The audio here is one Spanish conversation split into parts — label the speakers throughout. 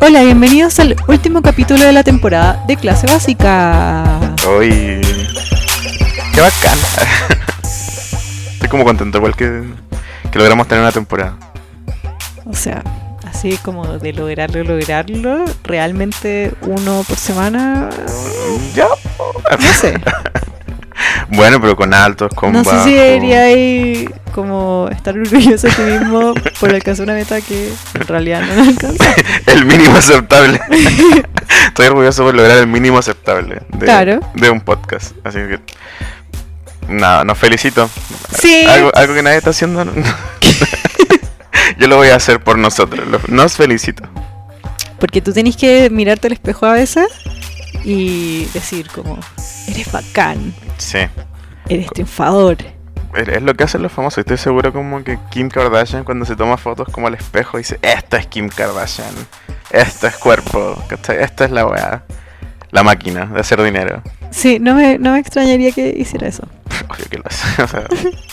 Speaker 1: Hola, bienvenidos al último capítulo de la temporada de clase básica.
Speaker 2: Uy. Qué bacán. Estoy como contento, igual que, que logramos tener una temporada.
Speaker 1: O sea, así como de lograrlo, lograrlo, realmente uno por semana,
Speaker 2: Ya.
Speaker 1: no sé.
Speaker 2: Bueno, pero con altos, con
Speaker 1: No sé
Speaker 2: bajos.
Speaker 1: si debería ir como estar orgulloso de ti mismo por alcanzar una meta que en realidad no alcanza.
Speaker 2: El mínimo aceptable. Estoy orgulloso por lograr el mínimo aceptable de,
Speaker 1: Claro.
Speaker 2: de un podcast. Así que. Nada, nos felicito.
Speaker 1: Sí,
Speaker 2: Algo, algo que nadie está haciendo. ¿no? Yo lo voy a hacer por nosotros. lo- Nos felicito.
Speaker 1: porque tú tenés que mirarte al espejo a veces y decir como, eres bacán,
Speaker 2: Sí.
Speaker 1: eres triunfador.
Speaker 2: Es es lo que hacen los famosos. Estoy seguro como que Kim Kardashian cuando se toma fotos como al espejo dice, esta es Kim Kardashian. Esto es cuerpo. ¿cachai? Esta es la weá. La máquina de hacer dinero.
Speaker 1: Sí, no me, no me extrañaría que hiciera eso.
Speaker 2: Obvio que lo hace. o sea,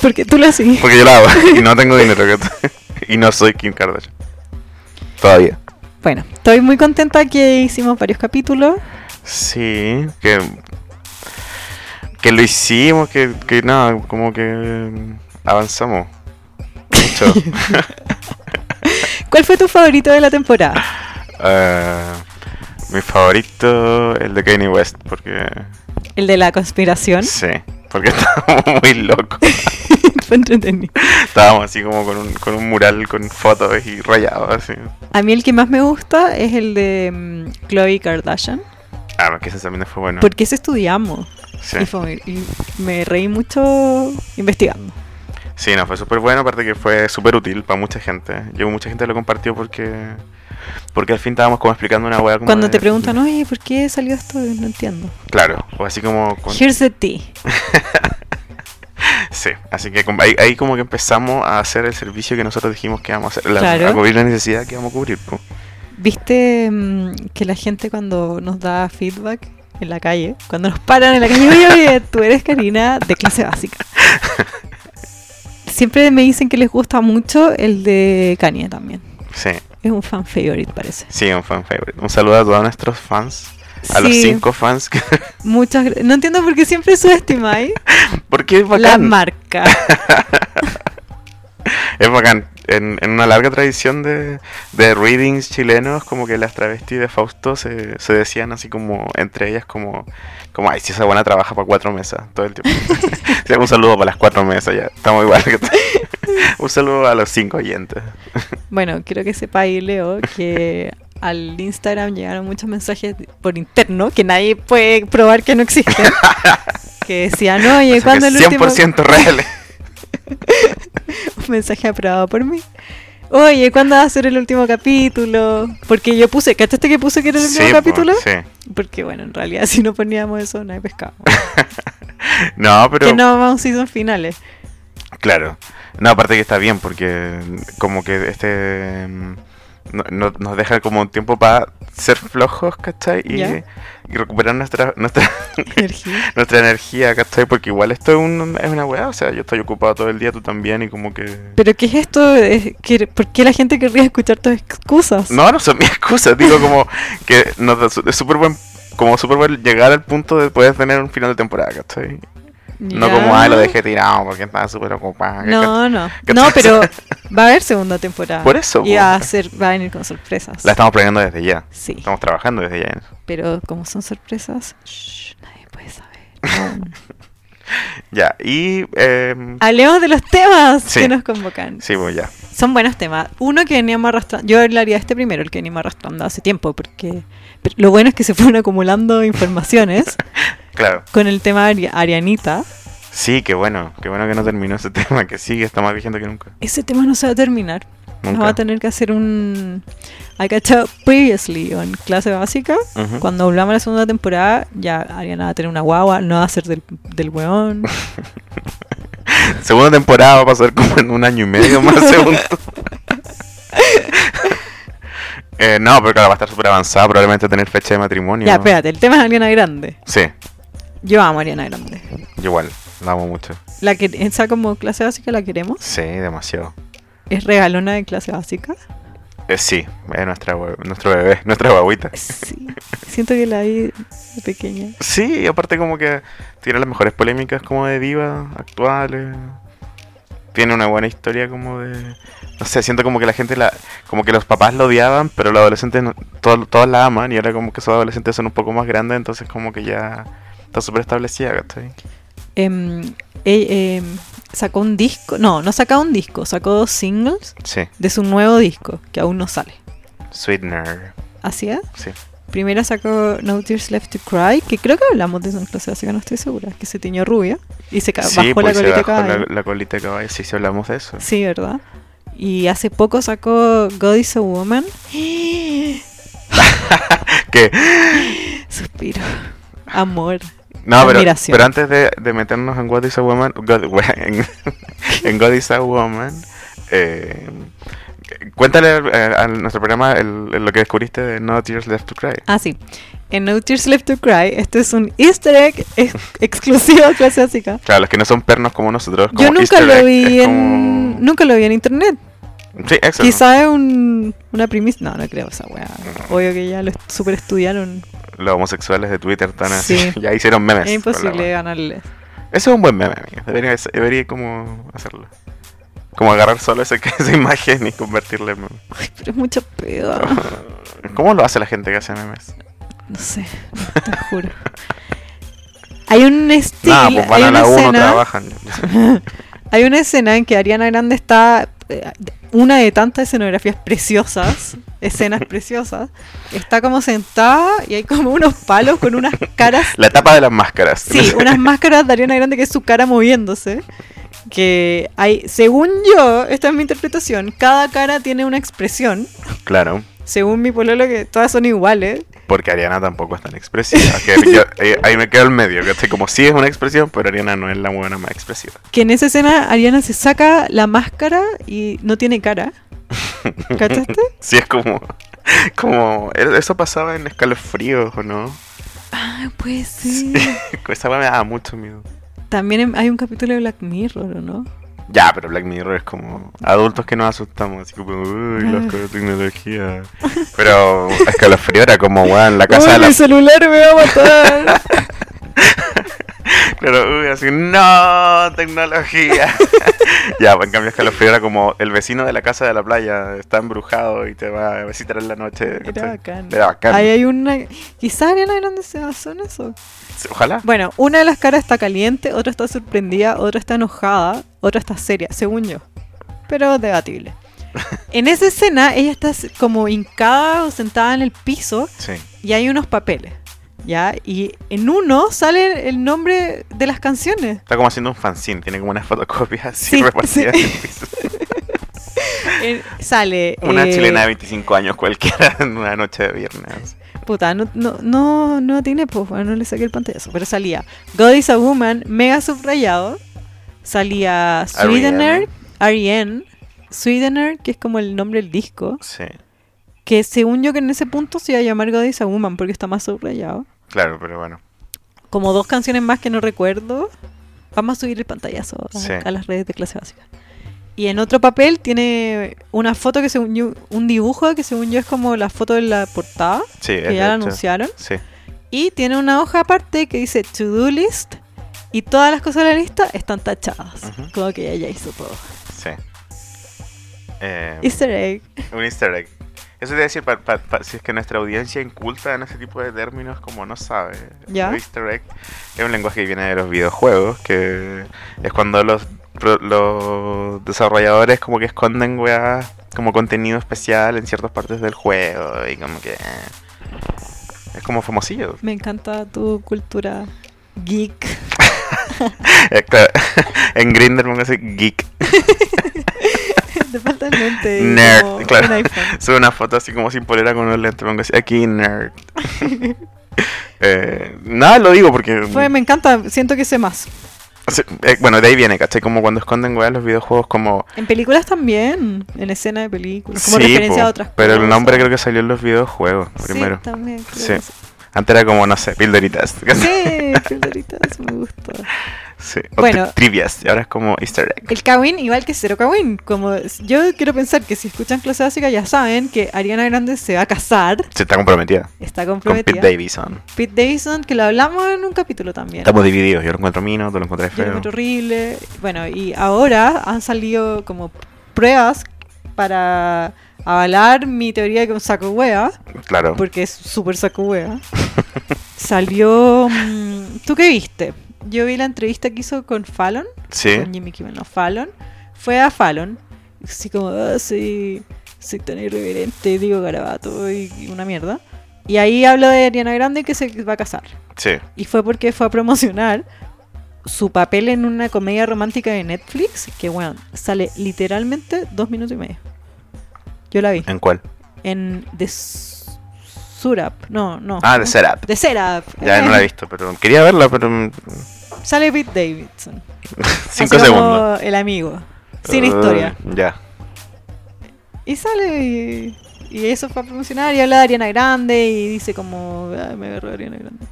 Speaker 1: Porque tú lo haces.
Speaker 2: porque yo la hago y no tengo dinero. ¿cachai? y no soy Kim Kardashian. Todavía.
Speaker 1: Bueno, estoy muy contenta que hicimos varios capítulos.
Speaker 2: Sí, que... Que lo hicimos, que, que nada, como que avanzamos. Mucho.
Speaker 1: ¿Cuál fue tu favorito de la temporada?
Speaker 2: Eh, mi favorito, el de Kanye West, porque...
Speaker 1: El de la conspiración.
Speaker 2: Sí, porque estábamos muy locos.
Speaker 1: fue entretenido.
Speaker 2: Estábamos así como con un, con un mural con fotos y rayados, así.
Speaker 1: A mí el que más me gusta es el de Chloe Kardashian.
Speaker 2: Ah, que ese también fue bueno.
Speaker 1: Porque ese estudiamos.
Speaker 2: Sí,
Speaker 1: Y, fue- y me reí mucho investigando.
Speaker 2: sí no, fue súper bueno, aparte que fue súper útil para mucha gente. Yo mucha gente lo compartió porque... Porque al fin estábamos como explicando una hueá como
Speaker 1: Cuando
Speaker 2: de-
Speaker 1: te preguntan, oye, ¿por qué salió esto? No entiendo.
Speaker 2: Claro, o así como... con-
Speaker 1: Here's the tea.
Speaker 2: Sí, así que como- ahí, ahí como que empezamos a hacer el servicio que nosotros dijimos que íbamos a hacer. la-
Speaker 1: Claro.
Speaker 2: A cubrir la necesidad que íbamos a cubrir, po.
Speaker 1: ¿Viste mm, que la gente cuando nos da feedback en la calle, cuando nos paran en la calle, oye, oye, tú eres Karina de clase básica? Siempre me dicen que les gusta mucho el de Kanye también.
Speaker 2: Sí.
Speaker 1: Es un fan favorite, parece.
Speaker 2: Sí, un fan favorite. Un saludo a todos nuestros fans. A los cinco fans. Que...
Speaker 1: muchas gra- No entiendo por qué siempre subestimáis
Speaker 2: Porque es
Speaker 1: la
Speaker 2: bacán.
Speaker 1: marca.
Speaker 2: es bacán. En, en una larga tradición de, de readings chilenos, como que las travestis de Fausto se, se decían así como entre ellas como, como ay, si esa buena trabaja para cuatro mesas todo el tiempo. O sea, un saludo para las cuatro mesas, ya. Estamos igual. que un saludo a los cinco oyentes.
Speaker 1: Bueno, quiero que sepa ahí, Leo, que al Instagram llegaron muchos mensajes por interno que nadie puede probar que no existen. Que decían, oye,
Speaker 2: Así que
Speaker 1: ¿cuándo el último
Speaker 2: 100% reales.
Speaker 1: Un mensaje aprobado por mí? Oye, ¿cuándo va a ser el último capítulo? Porque yo puse, ¿cachaste que puse que era el último
Speaker 2: Sí, po,
Speaker 1: capítulo?
Speaker 2: sí.
Speaker 1: Porque bueno, en realidad si no poníamos eso, no hay pescado.
Speaker 2: No, pero...
Speaker 1: Que no vamos a season finales.
Speaker 2: Claro. No, aparte que está bien, porque como que este... mm, no- no- nos deja como un tiempo para ser flojos, ¿cachai? Y,
Speaker 1: Ya.
Speaker 2: y recuperar nuestra, nuestra,
Speaker 1: Energía.
Speaker 2: nuestra energía, ¿cachai? Porque igual esto es, un- es una weá, o sea, yo estoy ocupado todo el día, tú también, y como que...
Speaker 1: ¿Pero qué es esto? Es que- ¿Por qué la gente querría escuchar tus excusas?
Speaker 2: No, no son mis excusas, digo como que nos da su- es súper buen... Como súper bueno llegar al punto de poder tener un final de temporada, ¿cachai? No
Speaker 1: Ya.
Speaker 2: como, ah, lo dejé tirado porque estaba súper ocupado.
Speaker 1: No, no.
Speaker 2: ¿Cachai?
Speaker 1: No, pero va a haber segunda temporada.
Speaker 2: Por eso,
Speaker 1: Y
Speaker 2: po.
Speaker 1: va a, ser, va a venir con sorpresas.
Speaker 2: La estamos planeando desde ya.
Speaker 1: Sí,
Speaker 2: Estamos trabajando desde ya en eso.
Speaker 1: pero como son sorpresas, shh, nadie puede saber. No.
Speaker 2: Ya, y... em,
Speaker 1: Hablemos de los temas
Speaker 2: Sí.
Speaker 1: que nos convocan.
Speaker 2: sí, pues ya.
Speaker 1: Son buenos temas. Uno que veníamos arrastrando. Yo hablaría de este primero, el que veníamos arrastrando hace tiempo, porque pero lo bueno es que se fueron acumulando informaciones
Speaker 2: Claro.
Speaker 1: con el tema de Ari- Arianita.
Speaker 2: Sí, qué bueno. Qué bueno que no terminó ese tema, que sigue, está más vigente que nunca.
Speaker 1: Ese tema no se va a terminar. Nos va
Speaker 2: Nunca.
Speaker 1: a tener que hacer un. I cachado previously en clase básica.
Speaker 2: Ujú.
Speaker 1: Cuando volvamos a la segunda temporada, ya Ariana va a tener una guagua, no va a ser del, del weón.
Speaker 2: Segunda temporada va a pasar como en un año y medio más segundo. Eh, no, pero claro, va a estar súper avanzada, probablemente va a tener fecha de matrimonio.
Speaker 1: Ya, espérate, el tema es Ariana Grande.
Speaker 2: Sí,
Speaker 1: Yo amo a Ariana Grande.
Speaker 2: yo igual, la amo mucho.
Speaker 1: La que, esa como clase básica la queremos.
Speaker 2: Sí, demasiado.
Speaker 1: Es regalona de clase básica.
Speaker 2: Eh, sí, es nuestra, hue- nuestro bebé, nuestra guaguita.
Speaker 1: Sí. Siento que la vi de pequeña.
Speaker 2: Sí, y aparte como que tiene las mejores polémicas como de diva actuales. Tiene una buena historia como de... No sé, siento como que la gente la... Como que los papás lo odiaban, pero los adolescentes no- todo- todos la aman y ahora como que esos adolescentes son un poco más grandes, entonces como que ya está súper establecida, ¿cachai?
Speaker 1: Em, eh, em, sacó un disco. No, no sacó un disco. Sacó dos singles
Speaker 2: Sí,
Speaker 1: de su nuevo disco, que aún no sale.
Speaker 2: Sweetener,
Speaker 1: ¿Así es?
Speaker 2: sí.
Speaker 1: Primero sacó No Tears Left to Cry, que creo que hablamos de eso en clase básica, no estoy segura, que se tiñó rubia y se ca-
Speaker 2: sí,
Speaker 1: bajó la
Speaker 2: pues se
Speaker 1: colita de
Speaker 2: bajó la,
Speaker 1: caballo.
Speaker 2: la colita de caballo, sí, sí hablamos de eso.
Speaker 1: Sí, ¿verdad? Y hace poco sacó God is a Woman.
Speaker 2: Que...
Speaker 1: Suspiro. Amor.
Speaker 2: No, pero,
Speaker 1: Admiración.
Speaker 2: pero antes de, de meternos en What is a Woman, God- en, en God is a Woman, eh, cuéntale eh, a nuestro programa el- el- lo que descubriste de No Tears Left to Cry.
Speaker 1: Ah, sí. En No Tears Left to Cry, este es un easter egg ex- exclusivo de clase básica.
Speaker 2: Claro, los que no son pernos como nosotros. Como
Speaker 1: Yo nunca
Speaker 2: easter
Speaker 1: lo
Speaker 2: egg,
Speaker 1: vi en.
Speaker 2: es como-
Speaker 1: Nunca lo vi en internet.
Speaker 2: Sí, exacto.
Speaker 1: Quizá es un, una primicia. No, no creo esa weá. Obvio que ya lo super estudiaron.
Speaker 2: Los homosexuales de Twitter están así.
Speaker 1: Sí.
Speaker 2: ya hicieron
Speaker 1: Es
Speaker 2: memes. con la
Speaker 1: imposible
Speaker 2: wea.
Speaker 1: ganarles.
Speaker 2: Eso es un buen meme, amigo. Debería, debería como hacerlo. Como agarrar solo ese, esa imagen y convertirla en meme.
Speaker 1: Ay, pero es mucho pedo.
Speaker 2: ¿Cómo lo hace la gente que hace memes?
Speaker 1: No sé, te juro. Hay un estilo.
Speaker 2: Nada, pues van
Speaker 1: hay,
Speaker 2: a
Speaker 1: una
Speaker 2: la 1,
Speaker 1: escena,
Speaker 2: trabajan.
Speaker 1: hay una escena en que Ariana Grande está. eh, Una de tantas escenografías preciosas, escenas preciosas, está como sentada y hay como unos palos con unas caras
Speaker 2: La tapa de las máscaras.
Speaker 1: Sí, unas máscaras de Ariana Grande que es su cara moviéndose. Que hay, según yo, esta es mi interpretación, cada cara tiene una expresión.
Speaker 2: Claro,
Speaker 1: Según mi pololo, que todas son iguales.
Speaker 2: porque Ariana tampoco es tan expresiva. que yo- ahí, ahí me quedo al medio, que como sí es una expresión, pero Ariana no es la buena más expresiva.
Speaker 1: Que en esa escena Ariana se saca la máscara y no tiene cara. ¿Cachaste?
Speaker 2: Sí es como... Como... e, Eso pasaba en escalofríos, ¿o no?
Speaker 1: Ah, pues sí.
Speaker 2: Esa weá me daba mucho miedo.
Speaker 1: También en- hay un capítulo de Black Mirror, ¿o no?
Speaker 2: Ya, pero Black Mirror es como adultos que nos asustamos, así como, uy, loco
Speaker 1: Ah.
Speaker 2: de tecnología. Pero escalofrío era como, weón, la casa
Speaker 1: ¡Uy,
Speaker 2: de la
Speaker 1: mi celular me va a matar!
Speaker 2: Claro, uy, así, no, tecnología. ya, en cambio Escalofrío era como el vecino de la casa de la playa, está embrujado y te va a visitar en la noche.
Speaker 1: Era bacán.
Speaker 2: Era bacán.
Speaker 1: Ahí hay una... Quizá Ariana Grande se basó en eso.
Speaker 2: Ojalá.
Speaker 1: Bueno, una de las caras está caliente, otra está sorprendida, otra está enojada, otra está seria, según yo. Pero debatible. En esa escena, ella está s- como hincada o sentada en el piso
Speaker 2: Sí.
Speaker 1: y hay unos papeles, ¿ya? Y en uno sale el nombre de las canciones.
Speaker 2: Está como haciendo un fanzine, tiene como unas fotocopias así
Speaker 1: Sí,
Speaker 2: repartidas.
Speaker 1: sí.
Speaker 2: en el piso.
Speaker 1: Eh, sale.
Speaker 2: Una
Speaker 1: eh,
Speaker 2: chilena de 25 años cualquiera en una noche de viernes.
Speaker 1: Puta, no, no, no, no tiene, pues, bueno, no le saqué el pantallazo, pero salía God is a Woman, mega subrayado, salía Sweetener, Ariane, Sweetener, que es como el nombre del disco,
Speaker 2: Sí.
Speaker 1: que según yo que en ese punto se iba a llamar God is a Woman porque está más subrayado,
Speaker 2: Claro, pero bueno.
Speaker 1: como dos canciones más que no recuerdo, vamos a subir el pantallazo a,
Speaker 2: Sí.
Speaker 1: a las redes de clase básica. Y en otro papel tiene una foto que según yo, un dibujo que según yo es como la foto de la portada,
Speaker 2: Sí, es
Speaker 1: que
Speaker 2: de
Speaker 1: ya la
Speaker 2: hecho.
Speaker 1: anunciaron.
Speaker 2: Sí.
Speaker 1: Y tiene una hoja aparte que dice to do list y todas las cosas de la lista están tachadas.
Speaker 2: Ujú.
Speaker 1: Como que ella ya hizo todo.
Speaker 2: Sí. Eh,
Speaker 1: Easter egg.
Speaker 2: Un easter egg. Eso te iba a decir, pa- pa- pa- si es que nuestra audiencia inculta en ese tipo de términos, como no sabe.
Speaker 1: Ya.
Speaker 2: Un easter egg es un lenguaje que viene de los videojuegos, que es cuando los, pro- los desarrolladores como que esconden weas, como contenido especial en ciertas partes del juego, y como que... Es como famosillo.
Speaker 1: Me encanta tu cultura geek.
Speaker 2: Eh, claro, en Grindr pongo así, geek.
Speaker 1: Te falta el lente. y
Speaker 2: Nerd,
Speaker 1: como
Speaker 2: claro.
Speaker 1: un iPhone.
Speaker 2: Sube una foto así como sin polera con unos lentes, pongo así, aquí, nerd. Eh, nada, lo digo porque...
Speaker 1: Fue, me encanta, siento que sé más.
Speaker 2: Sí, eh, bueno, de ahí viene, ¿cachai? Como cuando esconden weas los videojuegos como...
Speaker 1: En películas también, en escena de películas, como
Speaker 2: Sí,
Speaker 1: referencia
Speaker 2: po,
Speaker 1: a otras cosas.
Speaker 2: pero el nombre creo que salió en los videojuegos primero.
Speaker 1: Sí, también. creo
Speaker 2: Sí.
Speaker 1: que sí.
Speaker 2: Antes era como, no sé, pildoritas.
Speaker 1: Sí, pildoritas, me gusta.
Speaker 2: Sí. O
Speaker 1: Bueno.
Speaker 2: tri- trivias, y ahora es como easter egg.
Speaker 1: El Kawin igual que cero Kawin. Como yo quiero pensar que si escuchan clase básica ya saben que Ariana Grande se va a casar.
Speaker 2: Se está comprometida
Speaker 1: Está
Speaker 2: con Pete
Speaker 1: comprometida.
Speaker 2: Davidson.
Speaker 1: Pete Davidson, que lo hablamos en un capítulo también.
Speaker 2: Estamos divididos. Yo lo encuentro mino, tú lo encuentras
Speaker 1: Yo lo
Speaker 2: feo.
Speaker 1: encuentro horrible. Bueno, y ahora han salido como pruebas para avalar mi teoría de que un saco hueá,
Speaker 2: Claro.
Speaker 1: porque es súper saco hueá. Salió. mm, ¿Tú qué viste? Yo vi la entrevista que hizo con Fallon,
Speaker 2: Sí.
Speaker 1: con Jimmy Kimmel, no, Fallon. Fue a Fallon, así como, "Ah, sí, soy tan irreverente, digo garabato y y una mierda. Y ahí habló de Ariana Grande que se va a casar.
Speaker 2: Sí.
Speaker 1: Y fue porque fue a promocionar su papel en una comedia romántica de Netflix, que bueno, sale literalmente dos minutos y medio. Yo la vi.
Speaker 2: ¿En cuál?
Speaker 1: En The S- Surap. No, no.
Speaker 2: Ah, de setup.
Speaker 1: The Setup.
Speaker 2: Ya
Speaker 1: Eh,
Speaker 2: no la he visto, pero quería verla, pero mm,
Speaker 1: Sale Pete Davidson. Así
Speaker 2: cinco
Speaker 1: como
Speaker 2: segundos.
Speaker 1: El amigo. Sin
Speaker 2: Eh,
Speaker 1: historia.
Speaker 2: Ya.
Speaker 1: Y sale y, y eso fue a promocionar y habla de Ariana Grande y dice como, "Ah, me agarró Ariana Grande.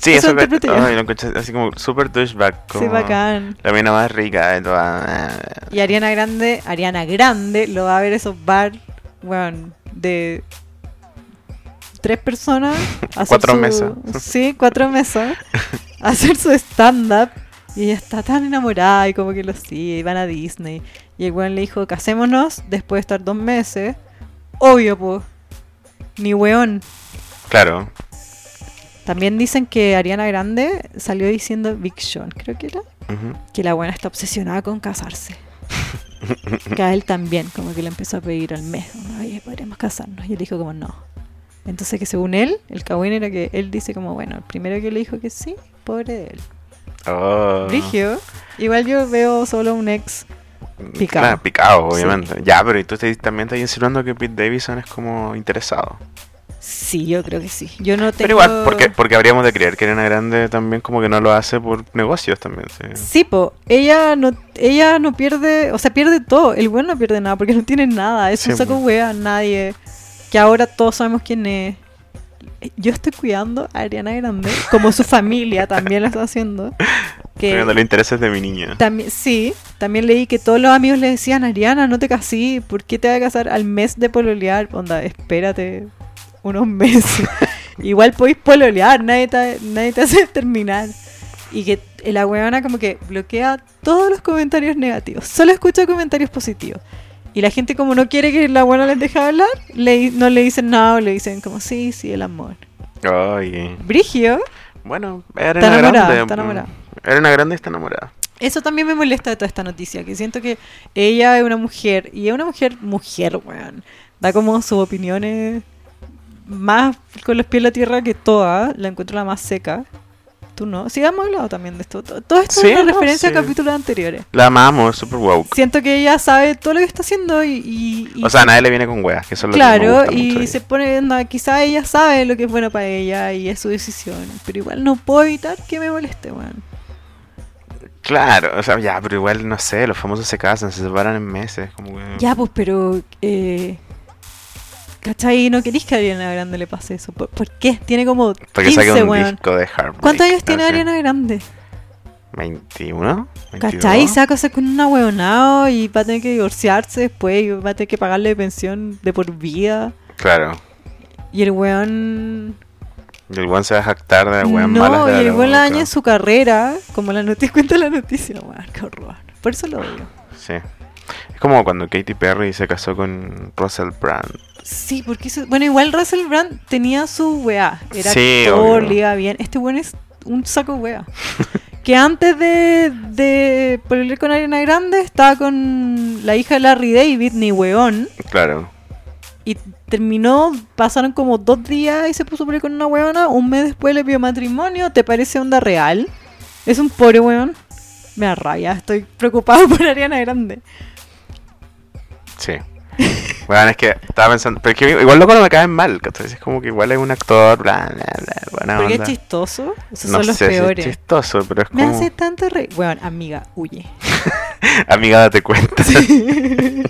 Speaker 2: Sí,
Speaker 1: Eso
Speaker 2: eso que-
Speaker 1: interpreté yo.
Speaker 2: ay, lo encontré así como super douchebag.
Speaker 1: Sí,
Speaker 2: como
Speaker 1: bacán.
Speaker 2: La mina más rica de toda.
Speaker 1: Y Ariana Grande, Ariana Grande lo va a ver esos bar, weón, de tres personas. hacer
Speaker 2: Cuatro
Speaker 1: su-
Speaker 2: mesas.
Speaker 1: Sí, cuatro mesas. hacer su stand-up. Y ella está tan enamorada y como que lo sigue, y van a Disney. Y el weón le dijo, casémonos después de estar dos meses. Obvio, pues. Ni weón.
Speaker 2: Claro.
Speaker 1: También dicen que Ariana Grande salió diciendo Big Sean, creo que era
Speaker 2: Ujú.
Speaker 1: que la buena está obsesionada con casarse. que a él también, como que le empezó a pedir al mes, como, oye, podríamos casarnos. Y él dijo como no. Entonces que según él, el cagüín era que él dice como, bueno, el primero que le dijo que sí, pobre de él.
Speaker 2: Oh.
Speaker 1: Brigio, igual yo veo solo un ex. Picado.
Speaker 2: Claro, picado,
Speaker 1: Sí.
Speaker 2: obviamente. Ya, pero y tú te- también estás insinuando que Pete Davidson es como interesado.
Speaker 1: Sí, yo creo que sí. Yo no tengo...
Speaker 2: Pero igual, porque, porque habríamos de creer que Elena Grande también como que no lo hace por negocios también. sí.
Speaker 1: Sí, po, ella no, ella no pierde, o sea, pierde todo. El bueno no pierde nada porque no tiene nada. Es un
Speaker 2: Sí,
Speaker 1: saco
Speaker 2: po.
Speaker 1: wea, nadie. Que ahora todos sabemos quién es. Yo estoy cuidando a Ariana Grande, como su familia también lo está haciendo. Que
Speaker 2: Pero no le intereses de mi niña.
Speaker 1: también, sí, también leí que todos los amigos le decían, Ariana, no te casí, ¿por qué te vas a casar al mes de pololear? Onda, espérate unos meses. Igual podéis pololear, nadie te, nadie te hace terminar. Y que la huevona como que bloquea todos los comentarios negativos, solo escucha comentarios positivos. Y la gente como no quiere que la buena les deje hablar, le, di- no le dicen nada, o le dicen como sí, sí, el amor.
Speaker 2: Ay.
Speaker 1: Brigio,
Speaker 2: Bueno, Elena
Speaker 1: Está enamorada,
Speaker 2: Grande.
Speaker 1: está enamorada.
Speaker 2: Elena Grande está enamorada.
Speaker 1: Eso también me molesta de toda esta noticia, que siento que ella es una mujer, y es una mujer, mujer, weón. Da como sus opiniones más con los pies en la tierra que toda, la encuentro la más seca. Tú no. Sí, hemos hablado también de esto. To- Todo esto
Speaker 2: Sí,
Speaker 1: es una
Speaker 2: no,
Speaker 1: referencia
Speaker 2: sí.
Speaker 1: a capítulos anteriores.
Speaker 2: La amamos, super woke.
Speaker 1: Siento que ella sabe todo lo que está haciendo y... y- y-
Speaker 2: O sea, a nadie le viene con weas, que eso es lo que me
Speaker 1: claro,
Speaker 2: gusta mucho de
Speaker 1: y
Speaker 2: ella.
Speaker 1: se pone, no, quizá ella sabe lo que es bueno para ella y es su decisión, pero igual no puedo evitar que me moleste, weón.
Speaker 2: Claro, o sea, ya, pero igual, no sé, los famosos se casan, se separan en meses, como que...
Speaker 1: Ya, pues, pero. Eh, ¿Cachai? No querís que a Ariana Grande le pase eso. ¿Por, por qué? Tiene como
Speaker 2: Para que
Speaker 1: 15,
Speaker 2: saque un
Speaker 1: weón.
Speaker 2: disco de Heartbreak.
Speaker 1: ¿Cuántos años tiene
Speaker 2: así.
Speaker 1: Ariana Grande?
Speaker 2: 21, 22.
Speaker 1: ¿Cachai? Se va a casar con una huevonao y va a tener que divorciarse después y va a tener que pagarle pensión de por vida.
Speaker 2: Claro.
Speaker 1: Y el weón.
Speaker 2: Y el weón se va a jactar de weón malas
Speaker 1: No,
Speaker 2: de
Speaker 1: y el
Speaker 2: la
Speaker 1: weón
Speaker 2: boca.
Speaker 1: daña su carrera, como la noticia cuenta la noticia, weón, qué horror. Por eso lo odio.
Speaker 2: Sí. Es como cuando Katy Perry se casó con Russell Brand.
Speaker 1: Sí, porque eso- bueno, igual Russell Brand tenía su weá. Era
Speaker 2: Sí,
Speaker 1: actor,
Speaker 2: obvio.
Speaker 1: le iba bien. Este weón es un saco weá. que antes de, de pelear con Ariana Grande estaba con la hija de Larry David, ni weón.
Speaker 2: Claro.
Speaker 1: Y terminó, pasaron como dos días y se puso a pelear con una weona. Un mes después le pidió matrimonio. ¿Te parece onda real? Es un pobre weón. Me da rabia, estoy preocupado por Ariana Grande.
Speaker 2: Sí. Weón, es que estaba pensando. Pero es que igual loco no me caen mal, ¿cachai? Es como que igual es un actor, bla, bla, bla. Buena
Speaker 1: Porque es
Speaker 2: onda.
Speaker 1: chistoso. Esos
Speaker 2: no
Speaker 1: son los
Speaker 2: sé si
Speaker 1: peores.
Speaker 2: es chistoso, pero es
Speaker 1: Me
Speaker 2: como.
Speaker 1: hace tanto re... Bueno, amiga, huye.
Speaker 2: Amiga, date cuenta.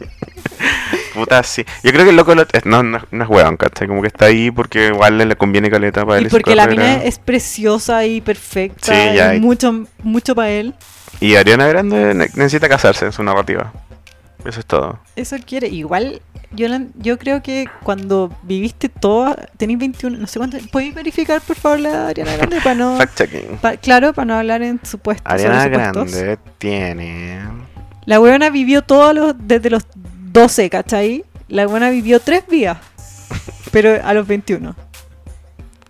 Speaker 2: Puta, sí. Yo creo que el loco lo- es- no, no, no es hueón, ¿cachai? Como que está ahí porque igual le, le conviene caleta para él.
Speaker 1: Y
Speaker 2: y su
Speaker 1: porque la
Speaker 2: carrera.
Speaker 1: mina es preciosa y perfecta.
Speaker 2: Sí, ya,
Speaker 1: y
Speaker 2: y-
Speaker 1: mucho, mucho para él.
Speaker 2: Y Ariana Grande ne- necesita casarse en su narrativa. Eso es todo.
Speaker 1: Eso quiere. Igual, yo, la- yo creo que cuando viviste todo, tenéis 21, no sé cuánto. ¿Podéis verificar, por favor, la Ariana Grande para no.
Speaker 2: Fact checking.
Speaker 1: pa- claro, para no hablar en supuestos. Ah. sobre
Speaker 2: Ariana
Speaker 1: supuestos.
Speaker 2: Grande tiene.
Speaker 1: La weona vivió todos los, desde los 12, ¿cachai? La weona vivió tres días, pero a los 21.